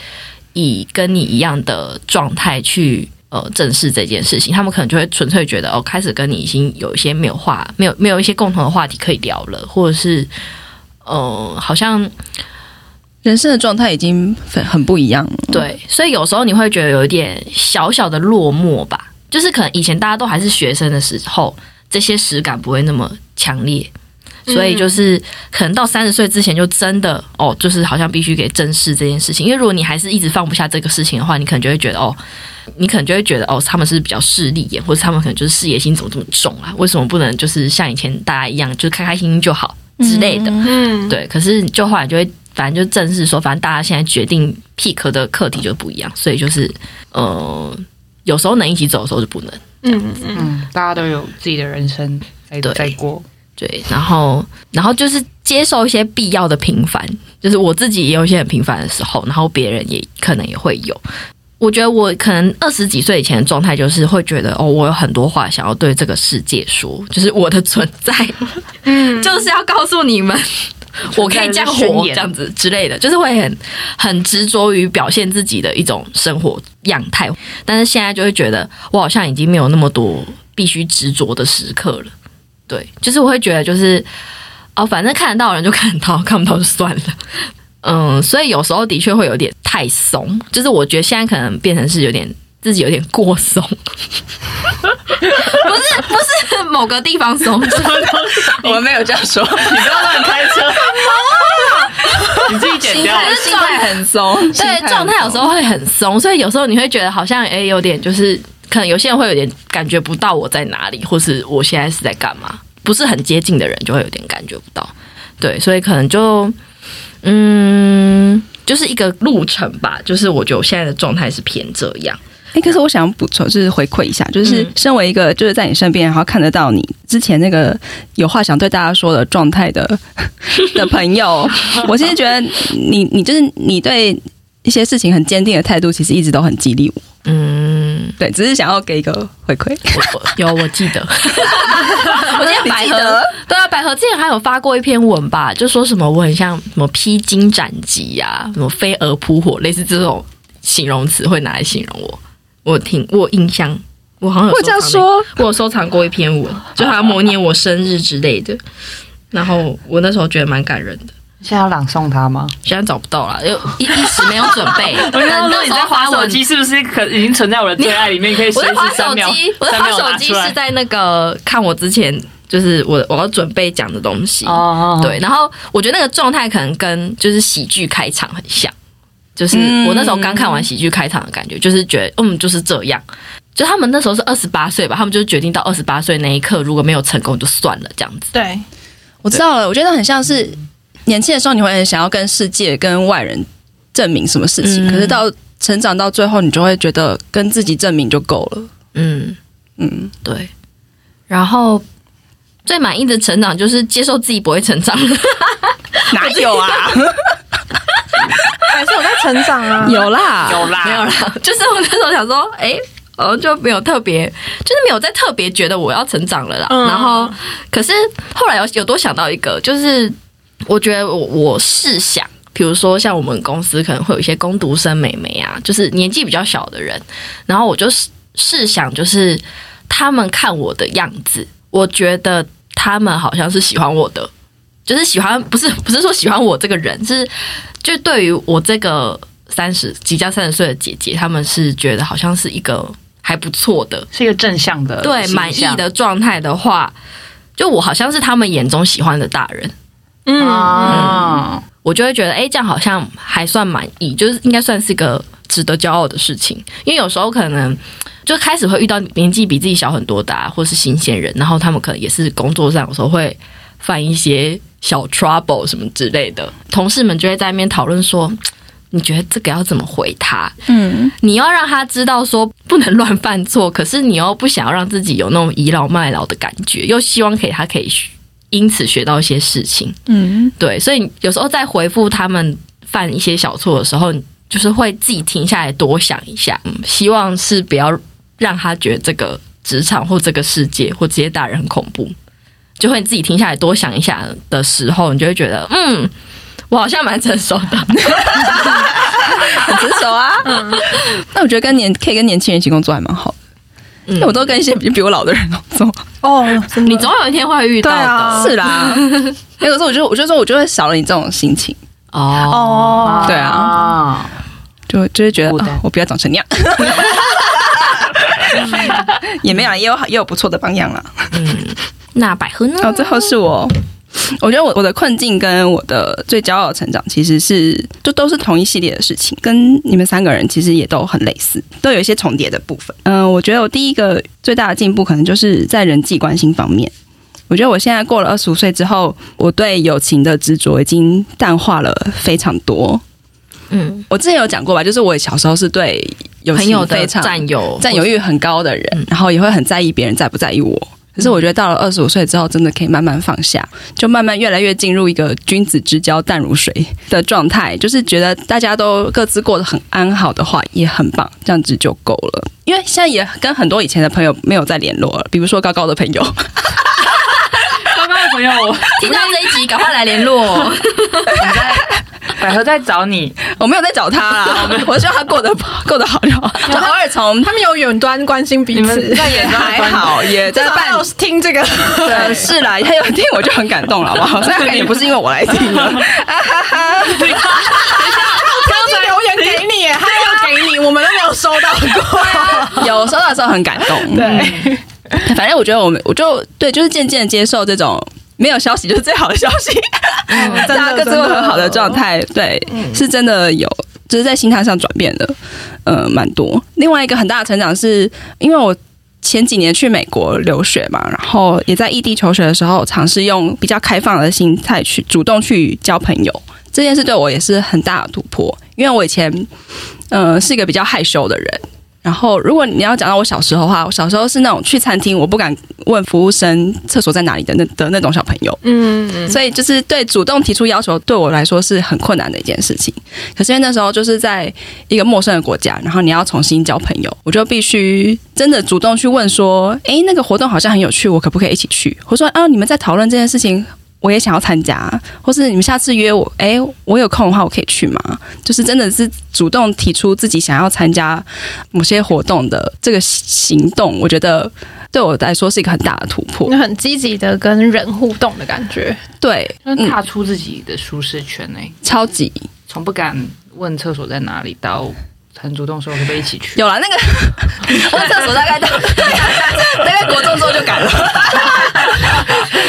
E: 以跟你一样的状态去呃正视这件事情，他们可能就会纯粹觉得哦，开始跟你已经有一些没有话，没有没有一些共同的话题可以聊了，或者是呃，好像
A: 人生的状态已经很很不一样
C: [laughs]
A: 了。
F: 嗯
E: 对，所以有时候你会觉得有一点小小的落寞吧，就是可能以前大家都还是学生的时候，这些实感不会那么强烈，所以就是可能到三十岁之前就真的哦，就是好像必须给正视这件事情，因为如果你还是一直放不下这个事情的话，你可能就会觉得哦，你可能就会觉得哦，他们是比较势利眼，或者他们可能就是事业心怎么这么重啊？为什么不能就是像以前大家一样，就是开开心心就好之类的？
F: 嗯，
E: 对，可是就后来就会，反正就正式说，反正大家现在决定 pick 的课题就不一样，所以就是，呃，有时候能一起走的时候就不能，
C: 嗯，大家都有自己的人生在
E: 对
C: 在过，
E: 对，然后，然后就是接受一些必要的平凡，就是我自己也有一些很平凡的时候，然后别人也可能也会有。我觉得我可能二十几岁以前的状态，就是会觉得哦，我有很多话想要对这个世界说，就是我的存在，嗯，就是要告诉你们，我可以这样
C: 存在的宣
E: 活，这
C: 言
E: 样子之类的，就是会很很执着于表现自己的一种生活样态。但是现在就会觉得，我好像已经没有那么多必须执着的时刻了。对，就是我会觉得就是哦，反正看得到的人就看得到，看不到就算了。嗯，所以有时候的确会有点太怂，就是我觉得现在可能变成是有点自己有点过怂，不是不是某个地方怂，就是
A: 我们没有这样说，
C: 你不要乱开车，你自己剪掉。
A: [laughs] 心态很松，心态
E: 对，
A: 很
E: 状态有时候会很松，所以有时候你会觉得好像哎、诶有点就是，可能有些人会有点感觉不到我在哪里，或是我现在是在干嘛，不是很接近的人就会有点感觉不到。对，所以可能就嗯，就是一个路程吧。就是我觉得我现在的状态是偏这样。
A: 哎、可是我想补充，就是回馈一下，就是
E: 嗯
A: 身为一个就是在你身边，然后看得到你之前那个有话想对大家说的状态
E: [laughs]
A: 的的朋友，我其实觉得你你就是你对一些事情很坚定的态度，其实一直都很激励我。
E: 嗯，
A: 对，只是想要给一个回馈。
E: 我我有我记得，我记得
A: [laughs]
E: 百
A: 你记
E: 合
A: 得
E: 对啊，百合之前还有发过一篇文吧，就说什么我很像什么披荆斩棘呀、什么飞蛾扑火，类似这种形容词会拿来形容我。我听我有印象，我好像有
A: 我这样
E: 收藏那
A: 说，
E: 我有收藏过一篇文，就好像模拟我生日之类的。然后我那时候觉得蛮感人的，
C: 现在要朗诵它吗？
E: 现在找不到了，又一一时没有准备。
C: 我刚刚说
E: 那
C: 你
E: 时
C: 在
E: 候
C: 滑
E: 发
C: 手
E: 文
C: 机，是不是可已经存在我的最爱里面？可以随
E: 我在滑
C: 时三
E: 手
C: 秒
E: 机，，我在
C: 三
E: 滑
C: 秒拿
E: 手机
C: 出
E: 是
C: 来。
E: 在那个看我之前就是我我要准备讲的东西。
C: 哦，
E: 对，然后我觉得那个状态可能跟就是喜剧开场很像，就是我那时候刚看
F: 嗯
E: 完喜剧开场的感觉，就是觉得嗯就是这样。就他们那时候是二十八岁吧，他们就决定到二十八岁那一刻，如果没有成功就算了这样子。
F: 对，
A: 我知道了，我觉得很像是年轻的时候，你会很想要跟世界、跟外人证明什么事情，
E: 嗯
A: 可是到成长到最后，你就会觉得跟自己证明就够了。
E: 嗯，
A: 嗯，
E: 对。然后最满意的成长就是接受自己不会成长，
A: 哪有啊？
F: [laughs] 还是有在成长啊。
A: 有啦，
C: 有啦，
E: 没有啦，就是我那时候想说，哎、呃，就没有特别，就是没有再特别觉得我要成长了啦。
F: 嗯
E: 然后，可是后来有有多想到一个，就是我觉得我我是想，比如说像我们公司可能会有一些工读生美眉啊，就是年纪比较小的人，然后我就是试想，就是他们看我的样子，我觉得他们好像是喜欢我的，就是喜欢，不是不是说喜欢我这个人，是就对于我这个三十即将三十岁的姐姐，他们是觉得好像是一个还不错的，
C: 是一个正向的
E: 对
C: 形
E: 满意
C: 象
E: 的状态的话，就我好像是他们眼中喜欢的大人。
F: 嗯，
C: 啊，
E: 我就会觉得，哎、这样好像还算满意，就是应该算是个值得骄傲的事情。因为有时候可能就开始会遇到年纪比自己小很多的、啊，或是新鲜人，然后他们可能也是工作上有时候会犯一些小 trouble 什么之类的，同事们就会在那边讨论说。你觉得这个要怎么回他？
A: 嗯，
E: 你要让他知道说不能乱犯错，可是你又不想要让自己有那种倚老卖老的感觉，又希望可以他可以学因此学到一些事情。
A: 嗯，
E: 对，所以有时候在回复他们犯一些小错的时候，你就是会自己停下来多想一下，嗯，希望是不要让他觉得这个职场或这个世界或这些大人很恐怖，就会你自己停下来多想一下的时候，你就会觉得，嗯，我好像蛮成熟的，
A: 很成熟啊。
F: 嗯
A: 那我觉得跟年可以跟年轻人一起工作还蛮好的， [laughs] 因为我
E: 嗯，
A: 都跟一些比比我老的人工作。
F: 哦，真的
E: 你总有一天会遇到
F: 对
E: 的，
F: 啊，
A: 是
F: [laughs]
A: 啦，那个时候我就我就说我就会少了你这种心情，
E: 哦。
F: 哦，
A: 对啊，
C: 啊，
A: 就就会觉得、
C: 孤单
A: 啊我不要长成
C: [laughs]
A: 那样。也没有啊，也有好也有不错的榜样啦。
E: 那百合
C: 嗯
E: 呢？
A: 然后最后是我，我觉得我我的困境跟我的最骄傲的成长，其实是就都是同一系列的事情，跟你们三个人其实也都很类似，都有一些重叠的部分。嗯、我觉得我第一个最大的进步，可能就是在人际关心方面。我觉得我现在过了二十五岁之后，我对友情的执着已经淡化了非常多。
E: 嗯，
A: 我之前有讲过吧，就是我小时候是对友
E: 朋
A: 情
E: 友的
A: 非常
E: 占有，
A: 占有欲很高的人，
E: 嗯
A: 然后也会很在意别人在不在意我。可是我觉得到了二十五岁之后，真的可以慢慢放下，就慢慢越来越进入一个君子之交淡如水的状态，就是觉得大家都各自过得很安好的话，也很棒，这样子就够了。因为现在也跟很多以前的朋友没有再联络了，比如说高高的朋友，
C: 刚刚朋友，
E: 听到这一集，赶快来联络
A: [laughs]
E: 哦。
C: 百合在找你，
A: 我没有在找他
F: [laughs]
A: 啦，我希望他过得过得好就好，就偶尔从
F: 他们有远端关心彼
C: 你们
F: 此，
C: 在演
A: 还好 [laughs] 也在
F: 在
A: 办
F: 半听这个， [laughs]
A: 对，是啦，他有听我就很感动了，好不好？所以他肯定不是因为我来听
F: [laughs]
A: 的，啊哈哈。
F: 啊他就留言给你耶，他又给你，我们都没有收到过。
A: [laughs] 有收到的时候很感动。嗯
F: 对，
A: 反正我觉得我们，我就对，就是渐渐接受这种没有消息就是最好的消息， [laughs] 大家各自
F: 嗯真
A: 会
F: 的嗯
A: 很好的状态，对，是真的有，就是在心态上转变的，呃，蛮多。另外一个很大的成长是，因为我前几年去美国留学嘛，然后也在异地求学的时候，尝试用比较开放的心态去主动去交朋友，这件事对我也是很大的突破，因为我以前，呃，是一个比较害羞的人。然后，如果你要讲到我小时候的话，我小时候是那种去餐厅我不敢问服务生厕所在哪里的那的那种小朋友。
F: 嗯，
A: 所以就是对主动提出要求，对我来说是很困难的一件事情。可是因为那时候就是在一个陌生的国家，然后你要重新交朋友，我就必须真的主动去问说：“诶，那个活动好像很有趣，我可不可以一起去？”或说：“啊，你们在讨论这件事情。”我也想要参加，或是你们下次约我，诶，我有空的话，我可以去吗？就是真的是主动提出自己想要参加某些活动的这个行动，我觉得对我来说是一个很大的突破
F: 就。很积极的跟人互动的感觉。
A: 对，
C: 就是
A: 嗯，
C: 踏出自己的舒适圈诶、
A: 超级
C: 从不敢问厕所在哪里到很主动说可不可以一起去，
A: 有了那 [laughs] 个问厕所大概到 [laughs] 大概国中之后就改了，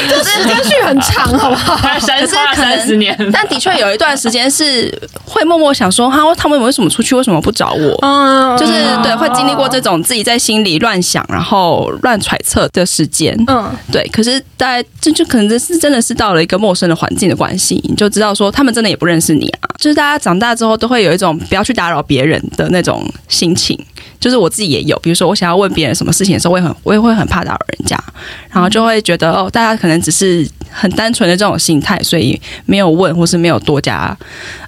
F: 这时间序很长，好不好？
C: 三
A: 可是可能
C: 30年
A: 但的确有一段时间是会默默想说，哈，他们为什么出去，为什么不找我？
F: 嗯
A: 就是对，会经历过这种自己在心里乱想，然后乱揣测的时间。
F: 嗯，
A: 对，可是大家这就可能是真的是到了一个陌生的环境的关系，你就知道说他们真的也不认识你啊。就是大家长大之后都会有一种不要去打扰别人的那种心情，就是我自己也有，比如说我想要问别人什么事情的时候，我也很我也会很怕打扰人家，然后就会觉得哦，大家可能只是很单纯的这种心态，所以没有问或是没有多加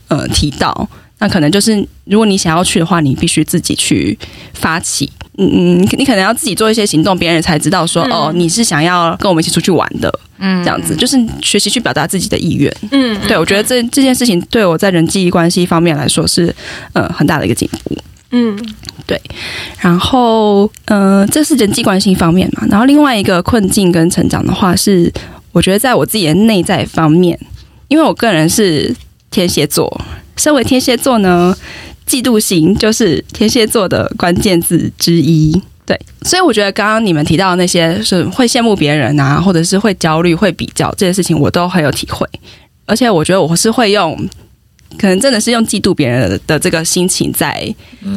A: 呃提到。那可能就是，如果你想要去的话，你必须自己去发起。嗯嗯，你可能要自己做一些行动，别人才知道说、哦，
F: 嗯
A: 你是想要跟我们一起出去玩的，
C: 嗯
A: 这样子，就是学习去表达自己的意愿。
F: 嗯，
A: 对我觉得这这件事情对我在人际关系方面来说是呃很大的一个进步。
F: 嗯，
A: 然后，嗯、这是人际关系方面嘛。然后另外一个困境跟成长的话是，我觉得在我自己的内在方面，因为我个人是天蝎座，身为天蝎座呢，嫉妒心就是天蝎座的关键字之一。对，所以我觉得刚刚你们提到的那些是会羡慕别人啊，或者是会焦虑、会比较这些事情，我都很有体会。而且我觉得我是会用，可能真的是用嫉妒别人的这个心情在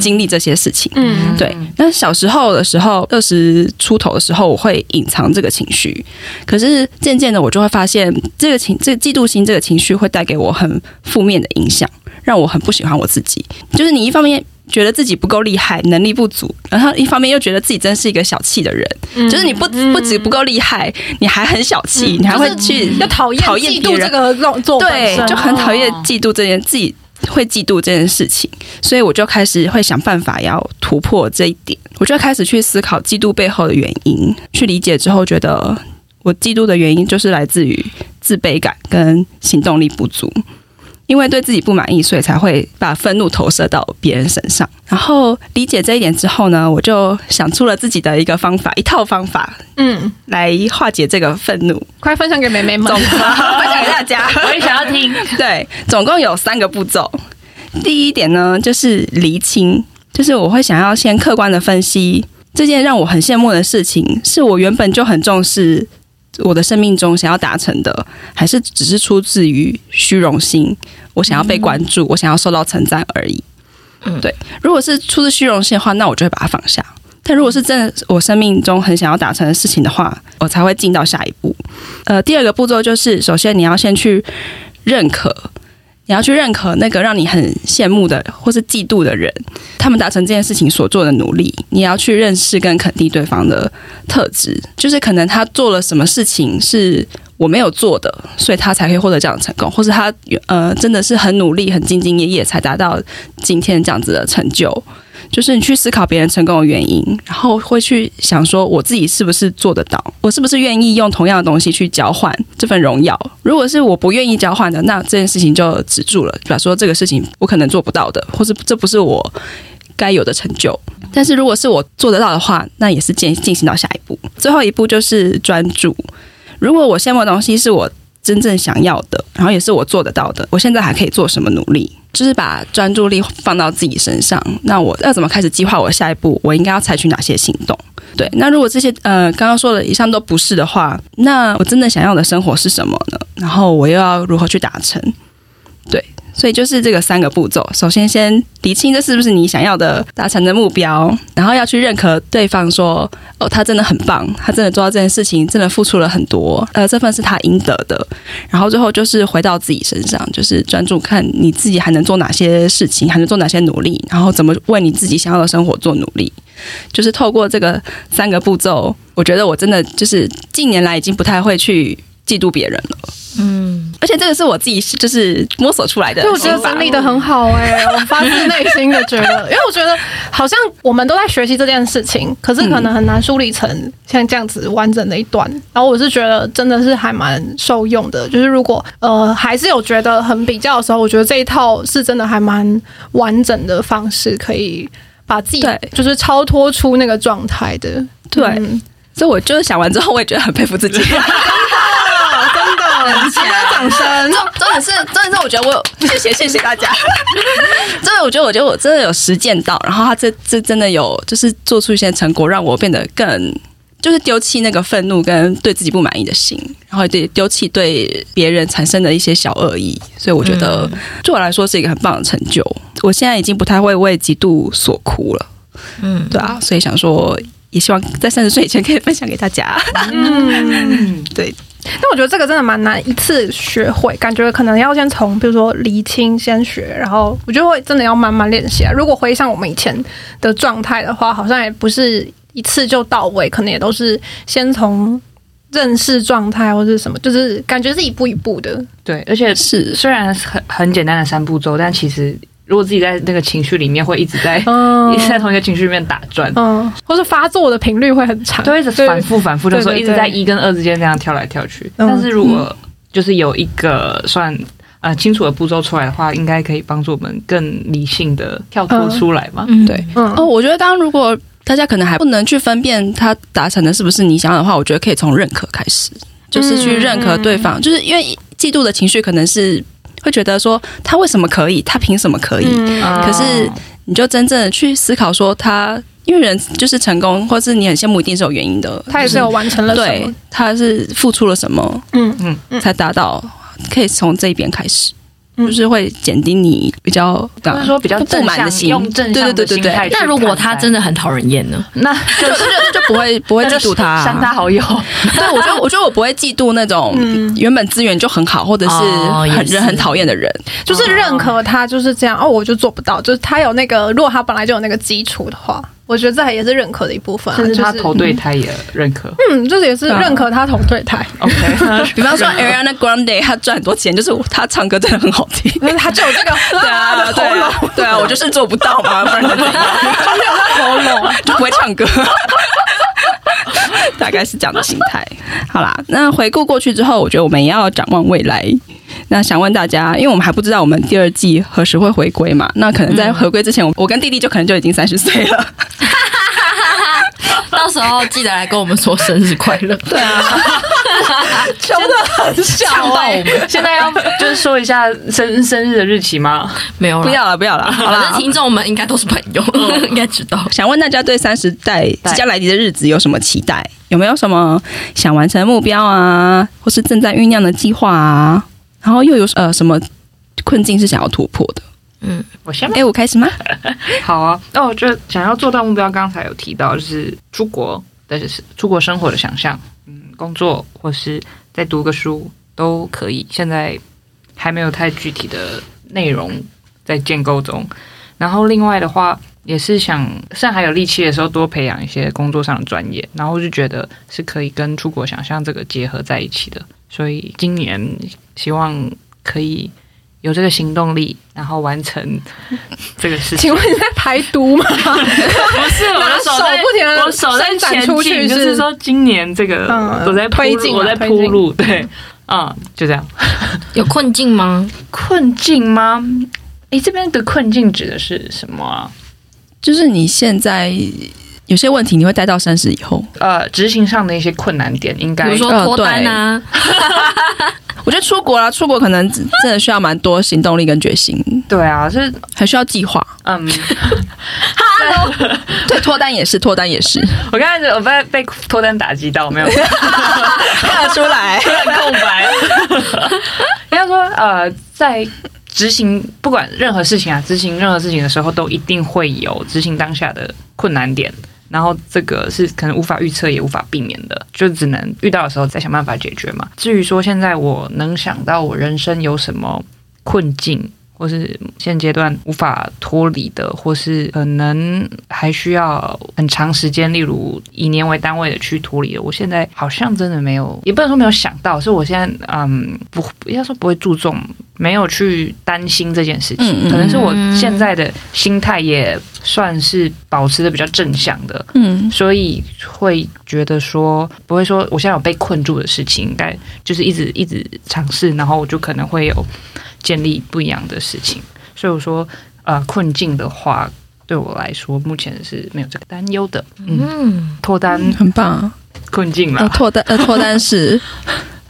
A: 经历这些事情。
F: 嗯，
A: 对，那小时候的时候，二十出头的时候，我会隐藏这个情绪。可是渐渐的，我就会发现，这个情、这个嫉妒心、这个情绪会带给我很负面的影响，让我很不喜欢我自己。就是你一方面觉得自己不够厉害，能力不足，然后一方面又觉得自己真是一个小气的人。
F: 嗯
A: 就是你不不止不够厉害，你还很小气，你还会去
F: 要讨厌
A: 讨厌
F: 嫉
A: 别
F: 妒
A: 人
F: 这个动作本
A: 对，
F: 身，
A: 就很讨厌嫉妒这件自己会嫉妒这件事情，所以我就开始会想办法要突破这一点，我就开始去思考嫉妒背后的原因，去理解之后觉得我嫉妒的原因就是来自于自卑感跟行动力不足。因为对自己不满意，所以才会把愤怒投射到别人身上。然后理解这一点之后呢，我就想出了自己的一个方法，一套方法
F: 嗯，
A: 来化解这个愤怒，
F: 快分享给妹妹们
A: 总 [laughs] 分享给大家。
C: 我也想要 [laughs] 听，
A: [laughs] 对，总共有三个步骤。第一点呢，就是厘清，就是我会想要先客观的分析这件让我很羡慕的事情，是我原本就很重视我的生命中想要达成的，还是只是出自于虚荣心，我想要被关注，我想要受到称赞而已。对，如果是出自虚荣心的话，那我就会把它放下。但如果是真的我生命中很想要达成的事情的话，我才会进到下一步。呃，第二个步骤就是，首先你要先去认可，你要去认可那个让你很羡慕的或是嫉妒的人，他们达成这件事情所做的努力，你要去认识跟肯定对方的特质，就是可能他做了什么事情是。我没有做的，所以他才可以获得这样的成功，或是他呃真的是很努力、很兢兢业业才达到今天这样子的成就。就是你去思考别人成功的原因，然后会去想说我自己是不是做得到，我是不是愿意用同样的东西去交换这份荣耀。如果是我不愿意交换的，那这件事情就止住了，比方说这个事情我可能做不到的，或是这不是我该有的成就。但是如果是我做得到的话，那也是进进行到下一步。最后一步就是专注。如果我羡慕的东西是我真正想要的，然后也是我做得到的，我现在还可以做什么努力？就是把专注力放到自己身上。那我要怎么开始计划我下一步？我应该要采取哪些行动？对，那如果这些呃刚刚说的以上都不是的话，那我真的想要的生活是什么呢？然后我又要如何去达成？ [laughs] 对，所以就是这个三个步骤。首先，先理清这是不是你想要的达成的目标，然后要去认可对方说，哦，他真的很棒，他真的做到这件事情，真的付出了很多，呃，这份是他应得的。然后最后就是回到自己身上，就是专注看你自己还能做哪些事情，还能做哪些努力，然后怎么为你自己想要的生活做努力。就是透过这个三个步骤，我觉得我真的就是近年来已经不太会去嫉妒别人了。嗯，而且这个是我自己是就是摸索出来的
F: 对，我觉得
A: 心法哦
F: 整理的很好哎、我发自内心的觉得，因为我觉得好像我们都在学习这件事情，可是可能很难梳理成像这样子完整的一段。然后我是觉得真的是还蛮受用的，就是如果呃还是有觉得很比较的时候，我觉得这一套是真的还蛮完整的方式，可以把自己
A: 对
F: 就是超脱出那个状态的。
A: 对
F: 嗯
A: [laughs] 所以我就是想完之后，我也觉得很佩服自
F: [laughs]
A: 己。[laughs]
F: 真的，值得掌声。
A: 重点是，重点是，我觉得我有谢谢谢谢大家。 [laughs] 真的，我觉得，我觉得我真的有实践到，然后他这这真的有就是做出一些成果，让我变得更就是丢弃那个愤怒跟对自己不满意的心，然后也对丢弃对别人产生的一些小恶意。所以我觉得、
F: 嗯
A: 对我来说是一个很棒的成就。我现在已经不太会为嫉妒所哭了。嗯，对啊，所以想说。也希望在三十岁以前可以分享给大家。
C: 嗯，
A: 对，
F: 但我觉得这个真的蛮难一次学会，感觉可能要先从比如说厘清先学，然后我觉得会真的要慢慢练习啊。如果回想我们以前的状态的话，好像也不是一次就到位，可能也都是先从认识状态或是什么，就是感觉是一步一步的。
C: 对，而且
A: 是
C: 虽然很很简单的三步骤，但其实如果自己在那个情绪里面，会一直 [laughs] 在、
F: 嗯
C: 一直在同一个情绪里面打转，
F: 嗯，或是发作的频率会很长，
C: 就会一直反复反复的说，
F: 对对
C: 一直在一跟二之间这样跳来跳去。
F: 嗯
C: 但是如果就是有一个算呃清楚的步骤出来的话，应该可以帮助我们更理性的跳脱出来嘛。
E: 嗯，
A: 对，
F: 嗯
A: 哦，我觉得当如果大家可能还不能去分辨他达成的是不是你想要的话，我觉得可以从认可开始，就是去认可对方，就是因为嫉妒的情绪可能是会觉得说他为什么可以，他凭什么可以，
F: 嗯
C: 啊
A: 可是你就真正的去思考说他，因为人就是成功，或是你很羡慕，一定是有原因的，
F: 他也是有完成了什
A: 对
F: 么，，
A: 他是付出了什么，
F: 嗯
C: 嗯
A: 嗯，才达到，可以从这一边开始。
F: 嗯
A: 就是会减低你比较，
C: 或者说比较
A: 不
C: 正
A: 满的
C: 向，
A: 心，
C: 用正向
A: 对对对
C: 的心
A: 对对，
C: 态去看待。
E: 那如果他真的很讨人厌呢？
C: [laughs] 那就
A: 就就就不会不会
C: 那
A: 嫉
C: 就
A: 妒他、啊
C: 删他 [laughs] 好友，
A: [laughs] 对，我觉得我觉得我不会嫉妒那种
F: 嗯
A: 原本资源就很好，或者是
E: 哦
A: 很
E: 也是
A: 人很讨厌的人。
F: 就是认可他就是这样哦，我就做不到。就是他有那个，如果他本来就有那个基础的话，我觉得这也是认可的一部分、啊。
C: 甚至他
F: 就是
C: 投对他也认可。
F: 嗯，就是也是
A: 对啊
F: 认可他同对台，
C: [laughs] OK，
A: 比方 [laughs] 说 Ariana Grande，她赚很多钱，就是他唱歌真的很好听。
F: 但是他就有
A: [laughs]
F: 这个
A: 对啊，
F: [laughs]
A: 对啊，对啊，我就是做不到 [laughs] 嘛，不然能怎样？喉咙啊就不会唱歌， [laughs] 大概是这样的心态。好啦，那回顾过去之后，我觉得我们也要展望未来。那想问大家，因为我们还不知道我们第二季何时会回归嘛？那可能在回归之前，我我跟弟弟就可能就已经三十岁了。
E: 到时候记得来跟我们说生日快
A: [laughs]
E: 乐。对啊，
A: 真的很小啊
E: 呛到我们
C: [laughs] 现在要就是说一下生生日的日期吗？
E: 没有啦
A: [laughs] 不，要了，不要了，好
E: 反正
A: 啦。哦
E: 听众们应该都是朋友， [laughs] 应该知道。
A: 想问大家对三十代即将来临的日子有什么期待？有没有什么想完成的目标啊，或是正在酝酿的计划啊？然后又有呃什么困境是想要突破的？
C: 我先
A: 哎、我开始吗？
C: [laughs] 好啊，那我就想要做到目标，刚才有提到，就是出国的出国生活的想象，嗯，工作或是再读个书都可以。现在还没有太具体的内容在建构中。然后另外的话，也是想趁还有力气的时候多培养一些工作上的专业，然后就觉得是可以跟出国想象这个结合在一起的。所以今年希望可以有这个行动力，然后完成这个事情。
F: 请问你在排
A: [laughs]
F: 毒吗？
A: 哦
C: 不是我的手
F: 拿
C: 在
F: 手不停地
C: 我手在
F: 伸展
C: 前
F: 出
C: 进，
F: 去
C: 就是是说今年这个
F: 嗯
C: 我在铺
F: 推进啊
C: 我在铺路，对，嗯，就这样。
E: 有困境吗？
C: 困境吗？诶，这边的困境指的是什么啊？
A: 就是你现在有些问题你会带到三十以后，
C: 呃，执行上的一些困难点，应
E: 比
A: 哦
C: 该
E: 如说脱单啊，
A: 我觉得出国啦，出国可能真的需要蛮多行动力跟决心，
C: 对啊，是
A: 还需要计划。
C: [laughs] 嗯，
A: 对，脱单也是，脱单也是，
C: 我刚开始我被被脱单打击到，没有
A: 看得出来。
C: 突然 [laughs] 空白。应该说，呃，在执行不管任何事情啊，执行任何事情的时候，都一定会有执行当下的困难点。然后这个是可能无法预测也无法避免的，就只能遇到的时候再想办法解决嘛。至于说现在我能想到我人生有什么困境，或是现阶段无法脱离的，或是可能还需要很长时间，例如以年为单位的去脱离的。我现在好像真的没有，也不能说没有想到，是我现在嗯不应该说不会注重，没有去担心这件事情。
A: 嗯嗯
C: 可能是我现在的心态也算是保持的比较正向的，
A: 嗯，
C: 所以会觉得说不会说我现在有被困住的事情，应该就是一直一直尝试，然后我就可能会有建立不一样的事情。所以我说，呃，困境的话，对我来说目前是没有这个担忧的。嗯，
E: 嗯，
C: 脱单
A: 很棒啊。
C: 困境
A: 呃，
C: 啦，
A: 脱单呃，脱单是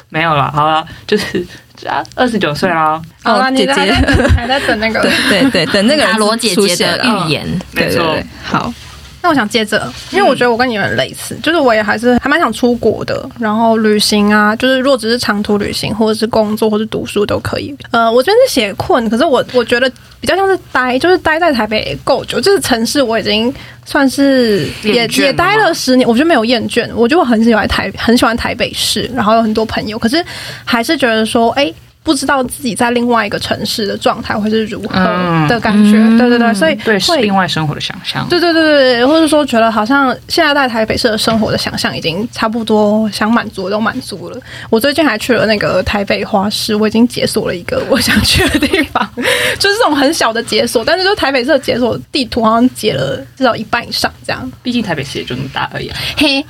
C: 没有啦，好了，就是啊，二十九岁啦，
F: 好啦，
A: 哦，
F: 你
A: 姐
F: 在还
A: 姐，
F: 在等还在等那个
A: [laughs] [laughs] 对。对对，等那个
E: 塔
A: 人
E: 罗姐
A: 出
E: 姐
A: 现
E: 的
A: 了哦
E: 预言，
A: 对
C: 没
A: 对
C: 错
A: 对，好，
F: 那我想接着，因
C: 嗯
F: 为我觉得我跟你们类似，就是我也还是还蛮想出国的，然后旅行啊，就是如果只是长途旅行，或者是工作，或者是读书都可以。呃，我这边是写困，可是我我觉得比较像是待，就是待在台北够久，这个城市我已经算是也
C: 厌倦了
F: 也待了十年，我觉得没有厌倦，我觉得我很喜欢台很喜欢台北市，然后有很多朋友，可是还是觉得说，哎、不知道自己在另外一个城市的状态会是如何
C: 嗯
F: 的感觉，对对对，所
A: 嗯
F: 以
C: 对
F: 会
C: 另外生活的想象。
F: 对对对对，对或者说觉得好像现在在台北市的生活的想象已经差不多，想满足的都满足了。我最近还去了那个台北花市，我已经解锁了一个我想去的地方，就是这种很小的解锁，但是就台北市的解锁地图好像解了至少一半以上这样。
C: 毕竟台北市也就那么大而已啊。
F: 嘿，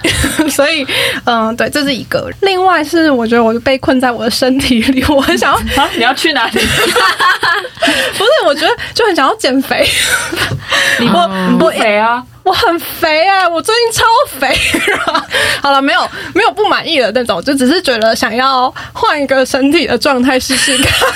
F: 所以嗯，对，这是一个。另外是我觉得我被困在我的身体里，我很想要，
C: 啊，你要去哪
A: [laughs] 哦
C: 里？
F: 不是，我觉得就很想要减肥。 [laughs] 我我
C: 北啊，
F: 我很肥哎、我最近超肥了。好了，没有没有不满意的那种，就只是觉得想要换一个身体的状态试试 [laughs] 看。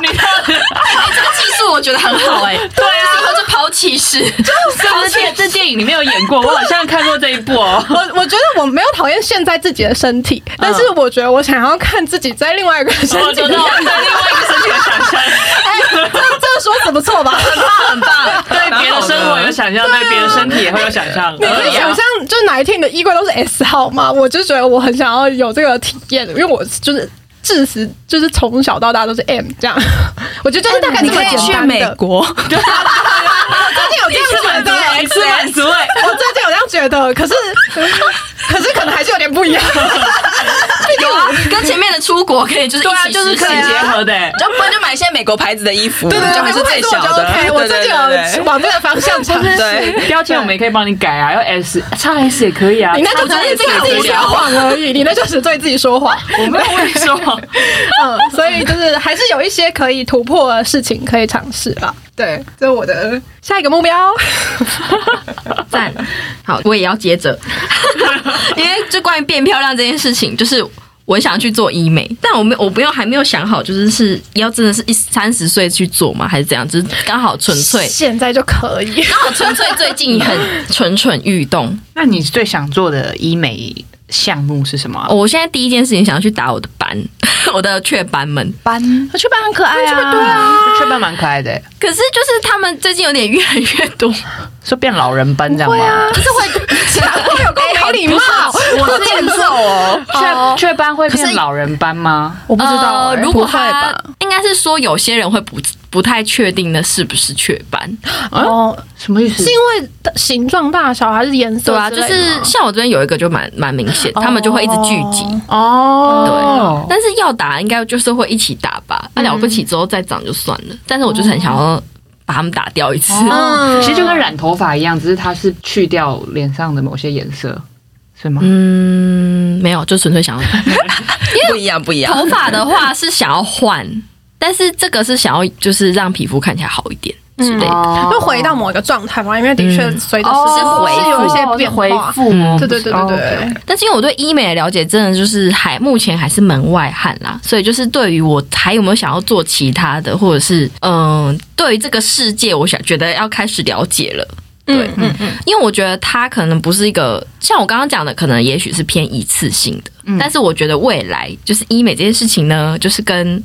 C: 你到底
E: 哎这个技术我觉得很好
A: [laughs]
E: 哎、对啊，以后就抛弃式，
C: 这 [laughs] 电这电影里面有演过，我好像看过这一部哦。 [laughs]
F: 我我觉得我没有讨厌现在自己的身体，但是我觉得我想要看自己在另外一个身体
C: 我
F: 里
C: 知
F: 面。
C: 道对另外一个身体的 [laughs] 想象，
F: 哎，这这说怎么错 [laughs] 吧？
E: 很棒，
C: 对别的生活有想象，对别的身体也会有想象。啊
F: 你可以想象，就哪一天你的衣柜都是 S 号吗？我就觉得我很想要有这个体验，因为我就是。致死就是从小到大都是 M 这样，我觉得哎就是大概
A: 你
F: 这么
A: 可以
F: 简
A: 去
F: 单
A: 美
F: [laughs] 的。
A: 国，
F: 最近有这样觉得，
A: [laughs]
C: 一次满足哎，
F: 我最近有这样觉得，可是可是可能还是有点不一样。
E: [laughs] 有啊，跟前面的出国可以就是一
A: 啊
E: 起实
C: 啊可以
E: 现
C: 结合的哎。
A: 就不然就买一些美国牌子的衣服，
F: 对对
A: 就
F: 对，
A: 还是最小
F: 我
A: 的。
F: OK，我
A: 对
F: 最
A: 对
F: 近
A: 对对
F: 有往这个方向尝试。
A: 对
C: 标签我们也可以帮你改啊，要 S 叉 S 也可以啊。
F: 你那就只是对自己说谎而已，你那就是对自己说谎。
C: 我没有跟你 [laughs] 说，
F: 嗯，所以就是还是有一些可以突破的事情可以尝试吧。对，这是我的下一个目标。
E: [laughs] 赞，好，我也要接
F: [laughs]
E: 着，因为就关于变漂亮这件事情，就是我想去做医美，但我没我不用还没有想好，就是是要真的是一三十岁去做吗？还是怎样？就是刚好纯粹，
F: [laughs] 现在就可以。
E: 刚好纯粹最近很蠢蠢欲动。
C: 那你最想做的医美项目是什么啊？
E: 我现在第一件事情想要去打我的斑， [laughs] 我的雀斑们。
C: 我雀斑很可爱啊，对啊，雀斑蛮可爱的，
E: 可是就是他们最近有点越来越多，
C: 说变老人斑这样
F: 啊
C: 吗？
E: 就是
F: [laughs]
E: 会
F: 有够没礼貌，
A: 我健瘦哦，
C: 雀雀斑会变老人斑吗？
F: 我不知道
E: 呃
F: 欸。
E: 如果
F: 不会
E: 他
F: 吧
E: 应该是说有些人会不不太确定那是不是雀斑，
F: 哦，
C: 什么意思
F: 是？因为形状大小还是颜色
E: 对啊，
F: 之
E: 就
F: 类的吗？
E: 是像我这边有一个就蛮蛮明显，他们就会一直聚集。对
C: 哦，
E: 但是要打应该就是会一起打吧，
F: 嗯
E: 那、了不起之后再长就算了。但是我就是很想要把他们打掉一次，嗯
C: 哦，其实就跟染头发一样，只是它是去掉脸上的某些颜色，是吗？
E: 嗯， [laughs] 没有，就纯粹想要
A: 不一样不一样。
E: [laughs] 头发的话是想要换，但是这个是想要就是让皮肤看起来好一点。之类的。
C: 哦
F: 又回到某一个状态嘛，因为的确随着
C: 哦
F: 时间
E: 嗯回
F: 是有一些
C: 复
F: 变
C: 回
F: 化。
C: 复吗，哦
F: 对对对对对，
E: 但是因为我对医美的了解真的就是还目前还是门外汉啦，所以就是对于我还有没有想要做其他的，或者是嗯、对于这个世界，我想觉得要开始了解了。对，嗯嗯，因为我觉得它可能不是一个像我刚刚讲的，可能也许是偏一次性的，
C: 嗯
E: 但是我觉得未来就是医美这件事情呢，就是跟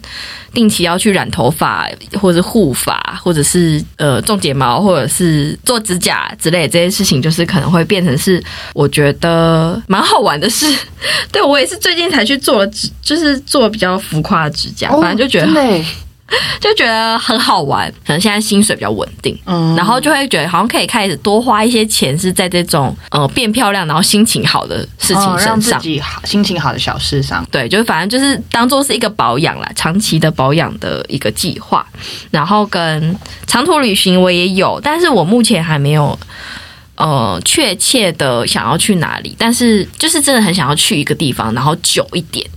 E: 定期要去染头发，或者是护发，或者是呃种睫毛，或者是做指甲之类的这些事情，就是可能会变成是我觉得蛮好玩的事。对我也是最近才去做了指，就是做比较浮夸的指甲，反正就觉得
C: 哦真的耶
E: [laughs] 就觉得很好玩，可能现在薪水比较稳定，
C: 嗯
E: 然后就会觉得好像可以开始多花一些钱，是在这种呃变漂亮，然后心情好的事
C: 哦
E: 情
C: 让
E: 身
C: 自
E: 上。
C: 己好心情好的小事上，
E: 对，就是反正就是当做是一个保养啦，长期的保养的一个计划。然后跟长途旅行我也有，但是我目前还没有呃确切的想要去哪里，但是就是真的很想要去一个地方，然后久一点，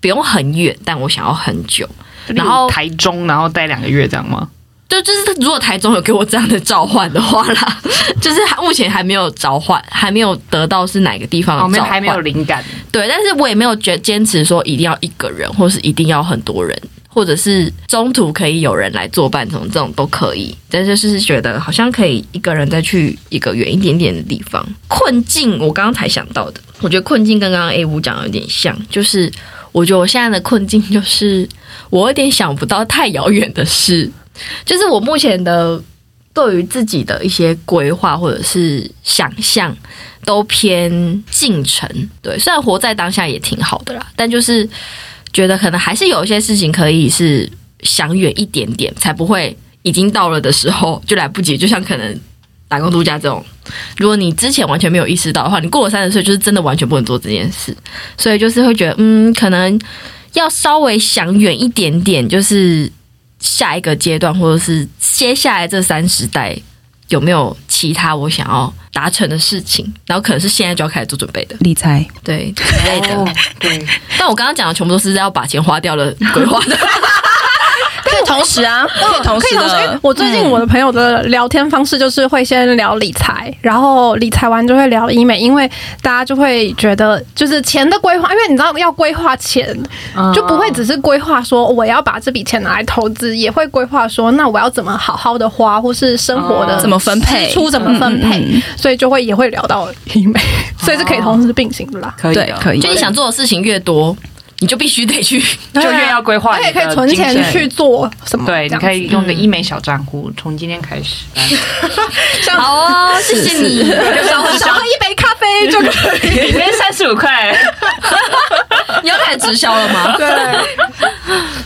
E: 不用很远，但我想要很久。然后
C: 台中，然后待两个月这样吗？
E: 就就是，如果台中有给我这样的召唤的话啦， [laughs] 就是目前还没有召唤，还没有得到是哪个地方
C: 哦，
E: 的
C: 没
E: 召
C: 有，
E: 唤。
C: 还没有灵感，
E: 对，但是我也没有觉坚持说一定要一个人，或是一定要很多人，或者是中途可以有人来作伴，什么这种都可以。但是就是觉得好像可以一个人再去一个远一点点的地方。困境，我刚刚才想到的，我觉得困境跟刚刚 A 五讲的有点像，就是我觉得我现在的困境就是我有点想不到太遥远的事，就是我目前的。对于自己的一些规划或者是想象，都偏进程。对，虽然活在当下也挺好的啦，但就是觉得可能还是有一些事情可以是想远一点点，才不会已经到了的时候就来不及。就像可能打工度假这种，如果你之前完全没有意识到的话，你过了三十岁就是真的完全不能做这件事，所以就是会觉得，嗯，可能要稍微想远一点点，就是下一个阶段，或者是接下来这三十代有没有其他我想要达成的事情，然后可能是现在就要开始做准备的，
A: 理财，
E: 对之类哎的。
C: 哦对，
E: 但我刚刚讲的全部都是要把钱花掉了规划的，
F: 可以同时啊，可以同
E: 时哦的
F: 因为我最
A: 嗯
F: 近我的朋友的聊天方式就是会先聊理财，然后理财完就会聊医美，因为大家就会觉得就是钱的规划，因为你知道要规划钱，就不会只是规划说哦我要把这笔钱拿来投资，也会规划说那我要怎么好好的花，或是生活的
A: 怎么分配
F: 支出怎么分配，所以就会也会聊到医美，所以是可以同时并行的啦。
C: 可
A: [laughs]
C: 以
A: 对
C: 的，
A: 可以
E: 就。
A: [laughs]
E: 你想做的事情越多，你就必须得去。
C: 哦就越要规划，
F: 而且可以存钱去。做什么？
C: 对，
F: 这
C: 你
F: 样
C: 可以用个医美小账户，从今天开始。
E: [laughs] 好哦，谢谢 [laughs] 你，
F: 少少喝一杯咖啡就可
C: 每
F: 以。
C: 天三十五块，
E: 你要开始直销了吗？
F: [laughs] 对。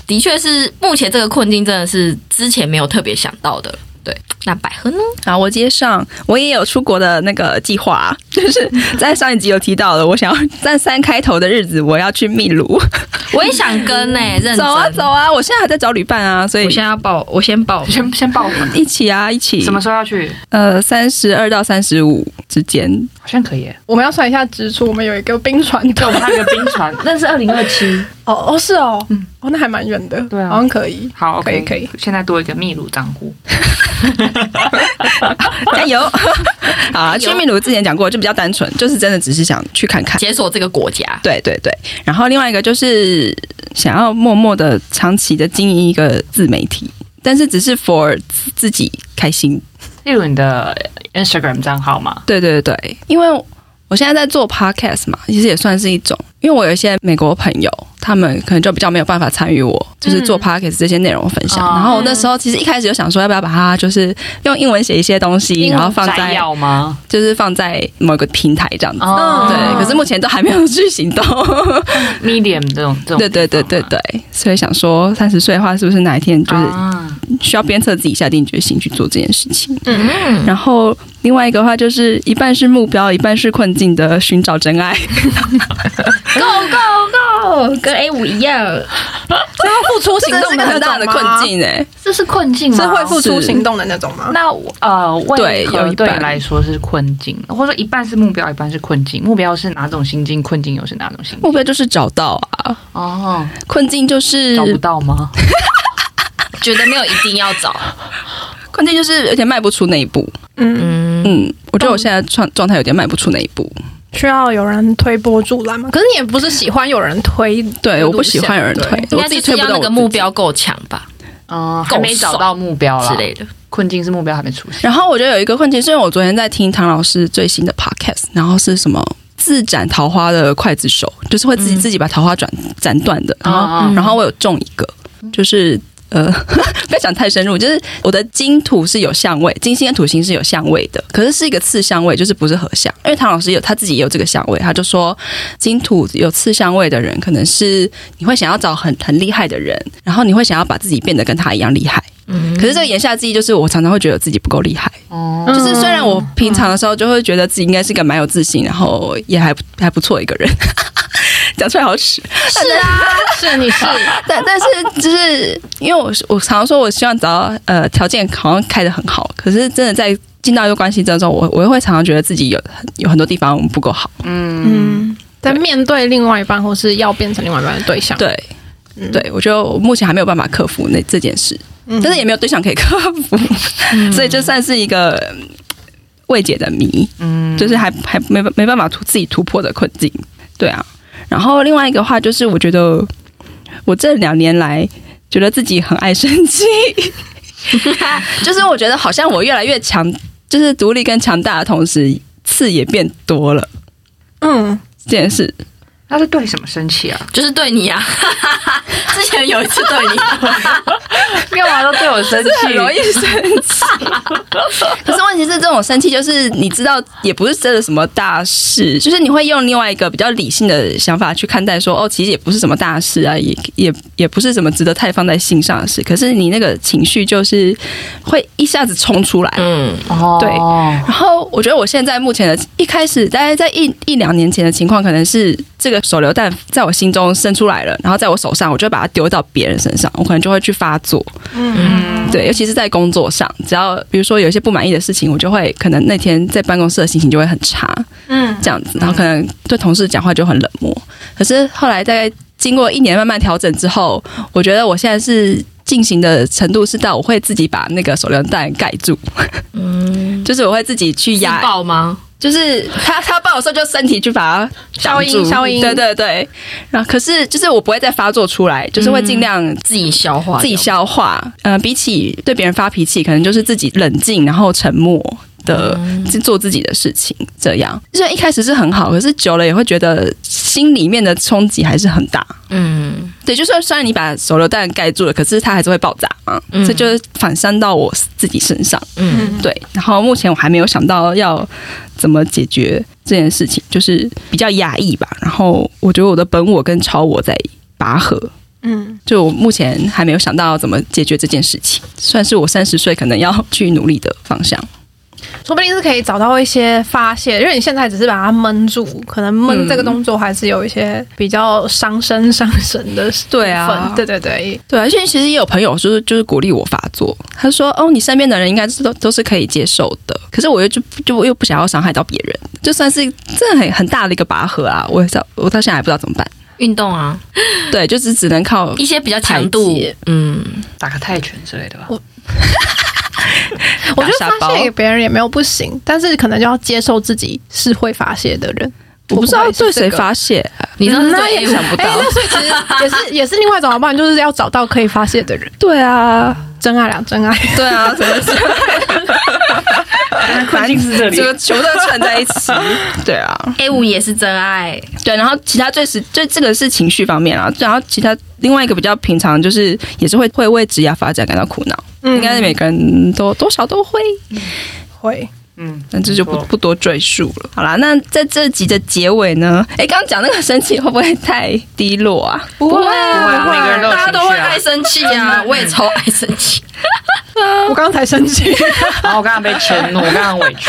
E: 的确是，目前这个困境真的是之前没有特别想到的。对，那百合呢？
A: 然后我接上，我也有出国的那个计划，啊 [laughs] 就是在上一集有提到的，我想要在三开头的日子，我要去秘
F: [laughs]
A: 鲁，
E: 我也想跟呢、 [laughs] 认真
A: 走啊走啊！我现在还在找旅伴啊，所以
E: 我现在要报，我先报。
C: 先先报名。
A: 一起啊一起。
C: 什么时候要去？
A: 呃，三十二到三十五之间，
C: 好像可以
F: [laughs]
C: 耶。
F: 我们要算一下支出，我们有一个冰船
C: 对，
F: [laughs] 的
C: 我们还有个冰 [laughs] 船，那是二零二七。
F: 哦哦是哦，哦那还蛮远的，
C: 对啊
F: 好像可以，
C: 好
F: 可以
C: ，OK，
F: 可以。
C: 现在多一个秘鲁账户。
A: 加
C: [laughs]
A: 油！好啊，去秘鲁之前讲过，就比较单纯，就是真的只是想去看看。
E: 解锁这个国家，
A: 对对对，然后另外一个就是想要默默的、长期的经营一个自媒体，但是只是 for 自自己开心。
C: 例如你的 Instagram 账号嘛，
A: 对对对，因为我现在在做 podcast 嘛，其实也算是一种，因为我有一些美国朋友，他们可能就比较没有办法参与我，就是做 podcast 这些内容分享。
C: 嗯哦
A: 然后我那时候其实一开始就想说，要不要把它就是用英文写一些东西，然后放
C: 摘
A: 在
C: 要吗？
A: 就是放在某个平台这样子。
C: 哦
A: 对，可是目前都还没有去行动。
C: Medium 这种这种地方嘛，
A: 对对对对对，所以想说三十岁的话，是不是哪一天就是
C: 啊，
A: 需要鞭策自己下定决心去做这件事情？嗯，然后另外一个话就是一半是目标，一半是困境的寻找真爱。
E: Go Go Go，跟 A 五一样，
F: 是要付出行
A: 这
F: 动
A: 是
F: 的
A: 个很大
F: 那
A: 的
F: 种吗
A: 困，境哎、
C: 这是困境吗？
F: 是会付出
A: 是
F: 行动的那种吗？
C: 那我呃，为
A: 对
C: 何
A: 有一
C: 对你
A: 半
C: 来说是困境，或者说一半是目标，一半是困境。目标是哪种心境，困境又是哪种心境？
A: 目标就是找到啊，
C: 哦，嗯
A: 困境就是
C: 找不到吗？
E: 觉得没有一定要找，
A: 关键就是有点迈不出那一步。
F: 嗯，
E: 嗯，
A: 嗯，我觉得我现在状状态有点迈不出那一步。
F: 需要有人推波助澜嘛。可是你也不是喜欢有人推，
A: 对，我不喜欢有人推，
E: 应
A: 我
E: 该
A: 自己
E: 就
A: 推不
E: 是要
A: 到
E: 那
A: 我
E: 个
A: 自
E: 目
A: 己。
E: 标够强吧
C: 嗯，还没找到目标啦
E: 之类的。
C: 困境是目标还没出现。
A: 然后我觉得有一个问题，是因为我昨天在听唐老师最新的 podcast，然后是什么自斩桃花的刽子手，就是会自己、自己把桃花斩斩断的。然后
C: 嗯啊嗯
A: 然后我有中一个，就是呃， [laughs] 不要讲太深入，就是我的金土是有相位，金星跟土星是有相位的，可是是一个次相位，就是不是合相。因为唐老师有他自己也有这个相位，他就说金土有次相位的人，可能是你会想要找很很厉害的人，然后你会想要把自己变得跟他一样厉害。
C: 嗯
A: 可是这个言下之意就是，我常常会觉得自己不够厉害。
C: 哦，
A: 就是虽然我平常的时候就会觉得自己应该是个蛮有自信，然后也还不还不错一个人， [laughs] 讲出来好耻。
F: [laughs] 是你是
A: 但但是就是因为我我常说，我希望找到呃条件好像开的很好，可是真的在进到一个关系之后，我我会常常觉得自己有很有很多地方不够好。
F: 嗯，在面对另外一半或是要变成另外一半的对象，
A: 对，对我觉得我目前还没有办法克服那这件事，
F: 嗯，
A: 但是也没有对象可以克服， [laughs] 所以就算是一个嗯未解的谜，
C: 嗯，
A: 就是还还没没办法突自己突破的困境。对啊，然后另外一个话就是，我觉得我这两年来觉得自己很爱生气，就是我觉得好像我越来越强，就是独立跟强大的同时，刺也变多了
F: 嗯，
A: 这件事。
C: 他是对什么生气啊？
E: 就是对你啊， [laughs] 之前有一次对你，啊
C: 干嘛都对
A: [laughs]
C: 我生
A: 很
C: 气？
A: 容易生气。 [laughs] 可是问题是，这种生气就是你知道，也不是真的什么大事，就是你会用另外一个比较理性的想法去看待说，哦，其实也不是什么大事啊，也也也不是什么值得太放在心上的事。可是你那个情绪就是会一下子冲出来，
E: [laughs] 嗯，
C: 哦，
A: 对然后我觉得我现在目前的一开始，大概在一一两年前的情况，可能是这个手榴弹在我心中生出来了，然后在我手上，我就会把它丢到别人身上，我可能就会去发作。嗯，对，尤其是在工作上，只要比如说有一些不满意的事情，我就会可能那天在办公室的心情就会很差，嗯，这样子，然后可能对同事讲话就很冷漠。可是后来大概经过一年慢慢调整之后，我觉得我现在是。进行的程度是到我会自己把那个手榴弹盖住，嗯， [laughs] 就是我会自己去
E: 自
A: 压
E: 爆吗？
A: 就是他他抱的时候，就身体去把它
F: 消
A: 挡
F: 音
A: 住
F: 消音，
A: 对对对。然后可是就是我不会再发作出来，就是会尽量
E: 自己消化掉，
A: 自己消化。呃，比起对别人发脾气，可能就是自己冷静，然后沉默的
E: 嗯
A: 去做自己的事情。这样，就是一开始是很好，可是久了也会觉得心里面的冲击还是很大。
E: 嗯，
A: 对，就算虽然你把手榴弹盖住了，可是它还是会爆炸嘛。
E: 嗯
A: 这就是反伤到我自己身上。
F: 啊
E: 嗯
A: 对，然后目前我还没有想到要怎么解决这件事情，就是比较压抑吧。然后我觉得我的本我跟超我在拔河，
F: 嗯，
A: 就我目前还没有想到怎么解决这件事情，算是我三十岁可能要去努力的方向。
F: 说不定是可以找到一些发泄，因为你现在只是把它闷住，可能闷
A: 嗯
F: 这个动作还是有一些比较伤身伤神的部分。
A: 对啊
F: 对对对，
A: 对，而且其实也有朋友就是就是鼓励我发作，他说：“哦，你身边的人应该是都都是可以接受的。”可是我又就就我又不想要伤害到别人，就算是这很很大的一个拔河啊，我也知道我到现在还不知道怎么办。
E: 运动啊，
A: 对，就是只能靠
E: 一些比较强度
A: 排解，
E: 嗯，
C: 打个泰拳之类的吧。
F: 我觉
A: 打沙
F: 得
A: 包
F: 发泄给别人也没有不行，但是可能就要接受自己是会发泄的人。
A: 我不知道
F: 会会
A: 对
F: 是
A: 谁
F: 这个
A: 发泄，
E: 你知道是
F: 那
E: 对 A 想不
F: 哎、那所以其实也 [laughs] 是也是另外一种，要啊不然就是要找到可以发泄的人。
A: 对啊，
F: 真爱两真爱，
A: 对 [laughs] 啊，怎么
C: 困境是这里
A: 这，个球都串在一起？对啊，
E: A 五也是真爱，
A: 对，然后其他最是最这个是情绪方面啊，然后其他另外一个比较平常，就是也是会会为职业发展感到苦恼，
F: 嗯
A: 应该是每个人都多少都会，
F: 会
C: 嗯，
A: 但这就不
C: 没错
A: 不多赘述了。好啦，那在这集的结尾呢？哎，刚刚讲那个生气会不会太低落啊？
F: 不会
C: 啊每个人都有
E: 哎大家都会
C: 情绪啊
E: 爱生气啊，我也超爱生
C: [laughs]
E: 气，
F: [laughs] 我刚才生气，
C: 然后我刚刚被迁怒，我刚刚委屈，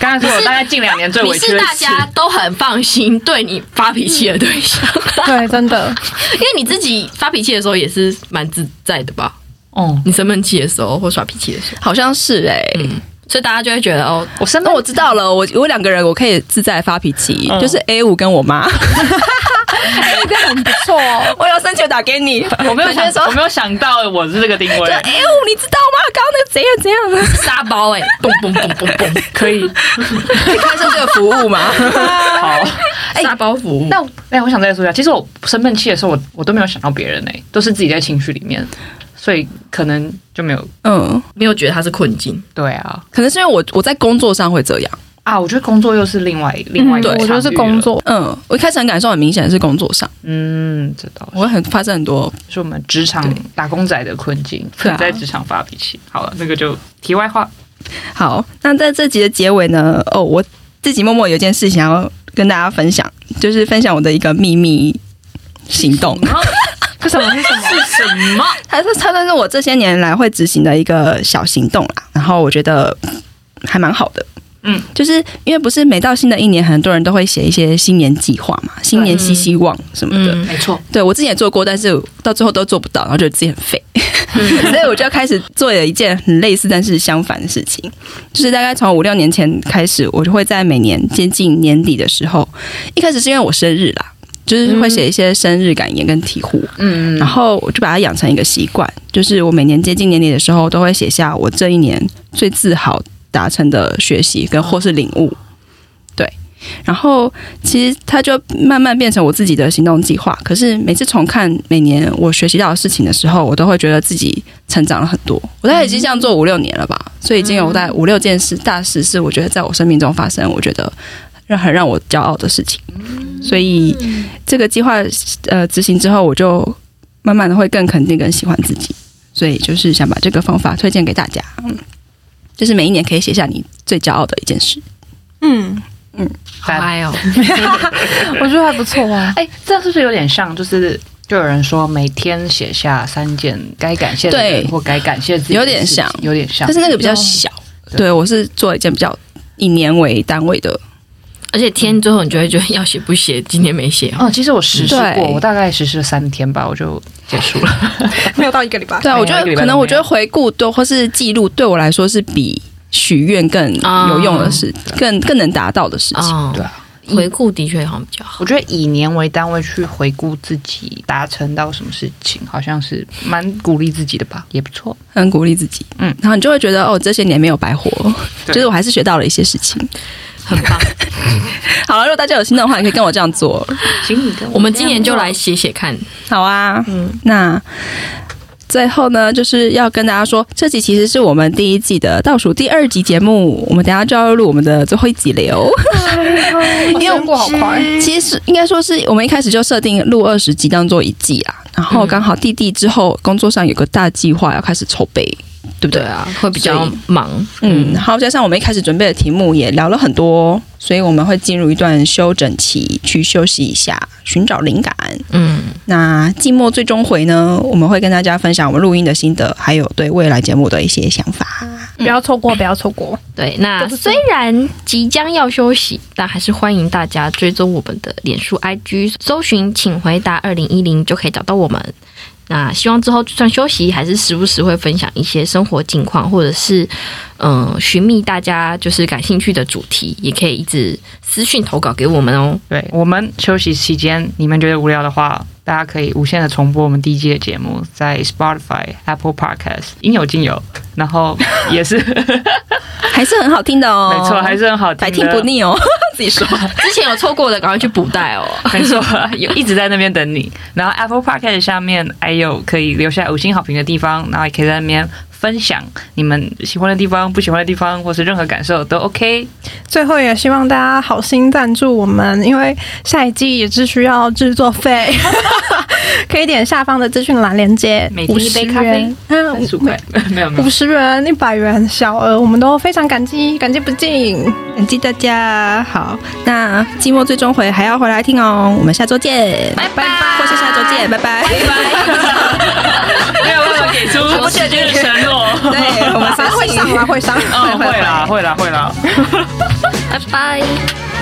C: 刚刚是我大概近两年最
E: 你
C: 委屈
E: 是
C: 的一
E: 大
C: 次。
E: 家都很放心对你发脾气的对 [laughs] 象，
F: 对，真的，
E: 因为你自己发脾气的时候也是蛮自在的吧？
C: 哦，
E: 你生闷气的时候或耍脾气的时候，
A: 好像是哎、
E: 所以大家就会觉得哦，
A: 我身边我知道了，我我两个人我可以自在发脾气，就是 A 五跟我妈。
F: 哎，这个很不错
A: [laughs]
F: 哦。
A: 我有生气打给你，就
C: 我没有
E: 我觉得说
C: 想，我没有想到我是这个定位，
A: 哎呦，你知道吗？刚刚那个怎样怎样？
E: 沙包 [laughs] 哎、嘣嘣嘣嘣嘣，
C: 可以
A: 你看上这个服
E: [laughs]
A: 务吗？
C: 好。
E: 沙包服务。
C: 那我哎、我想再说一下，其实我生闷气的时候，我我都没有想到别人哎、都是自己在情绪里面，所以可能就没有
A: 嗯，
E: 没有觉得它是困境，
C: 对啊
A: 可能是因为我我在工作上会这样。
C: 啊！我觉得工作又是另外另外一
F: 嗯，
C: 个、
F: 我觉得是工，作，
A: 嗯，我一开始很感受很明显是工作上，
C: 嗯，知道
A: 我会很发生很多。
C: 是我们职场打工仔的困境，
A: 对啊
C: 在职场发脾气。好了，那个就题外话，
A: 好，那在这集的结尾呢，哦，我自己默默有件事想要跟大家分享，就是分享我的一个秘密行动。
F: [laughs]
C: 这什么是什么？是什么？
A: [laughs] 它是它算是我这些年来会执行的一个小行动啦，然后我觉得还蛮好的。
C: 嗯，
A: 就是因为不是每到新的一年，很多人都会写一些新年计划嘛，新年新希望什么的。
E: 嗯
C: 没错，
A: 对我之前也做过，但是到最后都做不到，然后觉得自己很废， [laughs] 所以我就开始做了一件很类似但是相反的事情，就是大概从五六年前开始，我就会在每年接近年底的时候，一开始是因为我生日啦，就是会写一些生日感言跟体悟，
C: 嗯
A: 然后我就把它养成一个习惯，就是我每年接近年底的时候，都会写下我这一年最自豪达成的学习跟或是领悟。对，然后其实它就慢慢变成我自己的行动计划。可是每次重看每年我学习到的事情的时候，我都会觉得自己成长了很多。我大概已经这样做五六年了吧，所以已经有大概五六件事大事是我觉得在我生命中发生，我觉得让很让我骄傲的事情。所以这个计划呃执行之后，我就慢慢的会更肯定跟喜欢自己，所以就是想把这个方法推荐给大家。嗯，就是每一年可以写下你最骄傲的一件事。
F: 嗯，
E: 好嗨哦！
F: 我觉得还不错啊。
C: 哎、这是不是有点像？就是就有人说每天写下三件该感谢的人
A: 对
C: 或该感谢自己的
A: 有点
C: 事情
A: 像
C: 有点像
A: 但。是那个比较小，
C: 对
A: 对我是做一件比较以年为单位的，
E: 而且天最后你就会觉得要写不写，今天没写，
C: 哦，其实我实施
A: 对
C: 过，我大概实施了三天吧，我就结束
A: [laughs]
C: 了。
F: 没有到一个礼拜，
A: 对啊，
C: 没有
A: 我觉
C: 一个
A: 得
C: 礼拜
A: 可能
C: 都
A: 我
C: 没
A: 觉
C: 有
A: 得回顾多或是记录对我来说是比许愿更
E: 啊
A: 有用的事，更更能达到的事情。
E: 哦，
C: 对啊，
E: 回顾的确好像比较好。
C: 我觉得以年为单位去回顾自己达成到什么事情，好像是蛮鼓励自己的吧，也不错。
A: 很鼓励自己，嗯
C: 嗯，
A: 然后你就会觉得哦，这些年没有白活，
C: 对
A: 就是我还是学到了一些事情，
E: 很棒。
A: [laughs] 好了，如果大家有心动的话，也可以跟我这样做，
C: 请你跟
E: 我们今年就来写写看，
A: 好啊，嗯，那。最后呢，就是要跟大家说，这集其实是我们第一季的倒数第二集节目，我们等一下就要录我们的最后一集了哟。
F: 因为过好快，
A: 其实应该说是我们一开始就设定录二十集当做一季啊，然后刚好弟弟之后工作上有个大计划要开始筹备，对不对？
E: 啊，会比较
A: 所以
E: 忙。
A: 嗯，然后加上我们一开始准备的题目也聊了很多，所以我们会进入一段休整期，去休息一下，寻找灵感。
E: 嗯，
A: 那寂寞最终回呢，我们会跟大家分享我们录音的心得，还有对未来节目的一些想法。
F: 不要错过，不要错过。
E: 对。那虽然即将要休息，但还是欢迎大家追踪我们的脸书 IG，搜寻“请回答二零一零”就可以找到我们。那希望之后就算休息，还是时不时会分享一些生活近况，或者是嗯、呃寻觅大家就是感兴趣的主题，也可以一直私讯投稿给我们哦。
C: 对我们休息期间，你们觉得无聊的话，大家可以无限的重播我们第一季的节目，在 Spotify、Apple Podcast 应有尽有，
A: [laughs]
C: 然后也是
A: 还是很好听的哦，
C: 没错，还是很好听的，
A: 百听不腻哦。自己说，
E: 之前有错过的，赶快去补带哦。
C: 没错， [laughs] 有一直在那边等你。然后 Apple Podcast 下面还有可以留下五星好评的地方，然后也可以在那边分享你们喜欢的地方、不喜欢的地方，或是任何感受都 OK。
F: 最后也希望大家好心赞助我们，因为下一季也是需要制作 [laughs] 费，可以点下方的资讯栏连接，
C: 每天一杯咖啡
A: 啊
F: 50元，嗯，
C: 很快，没有没有
F: 五，十元、一百元小额，我们都非常感激，感激不 [laughs] 尽。
A: 感激大家。好，那寂寞最终回还要回来听哦，我们下周见，拜拜，或是下周见，拜拜，拜
C: 没有办法给出直接的承 [laughs] 诺。
A: [laughs]
C: 啊
A: 对，我们 [laughs]
C: 哦
F: 啊反正会上啦，会上。
C: 嗯，会啦，会啦，会啦。
E: [laughs] 拜拜。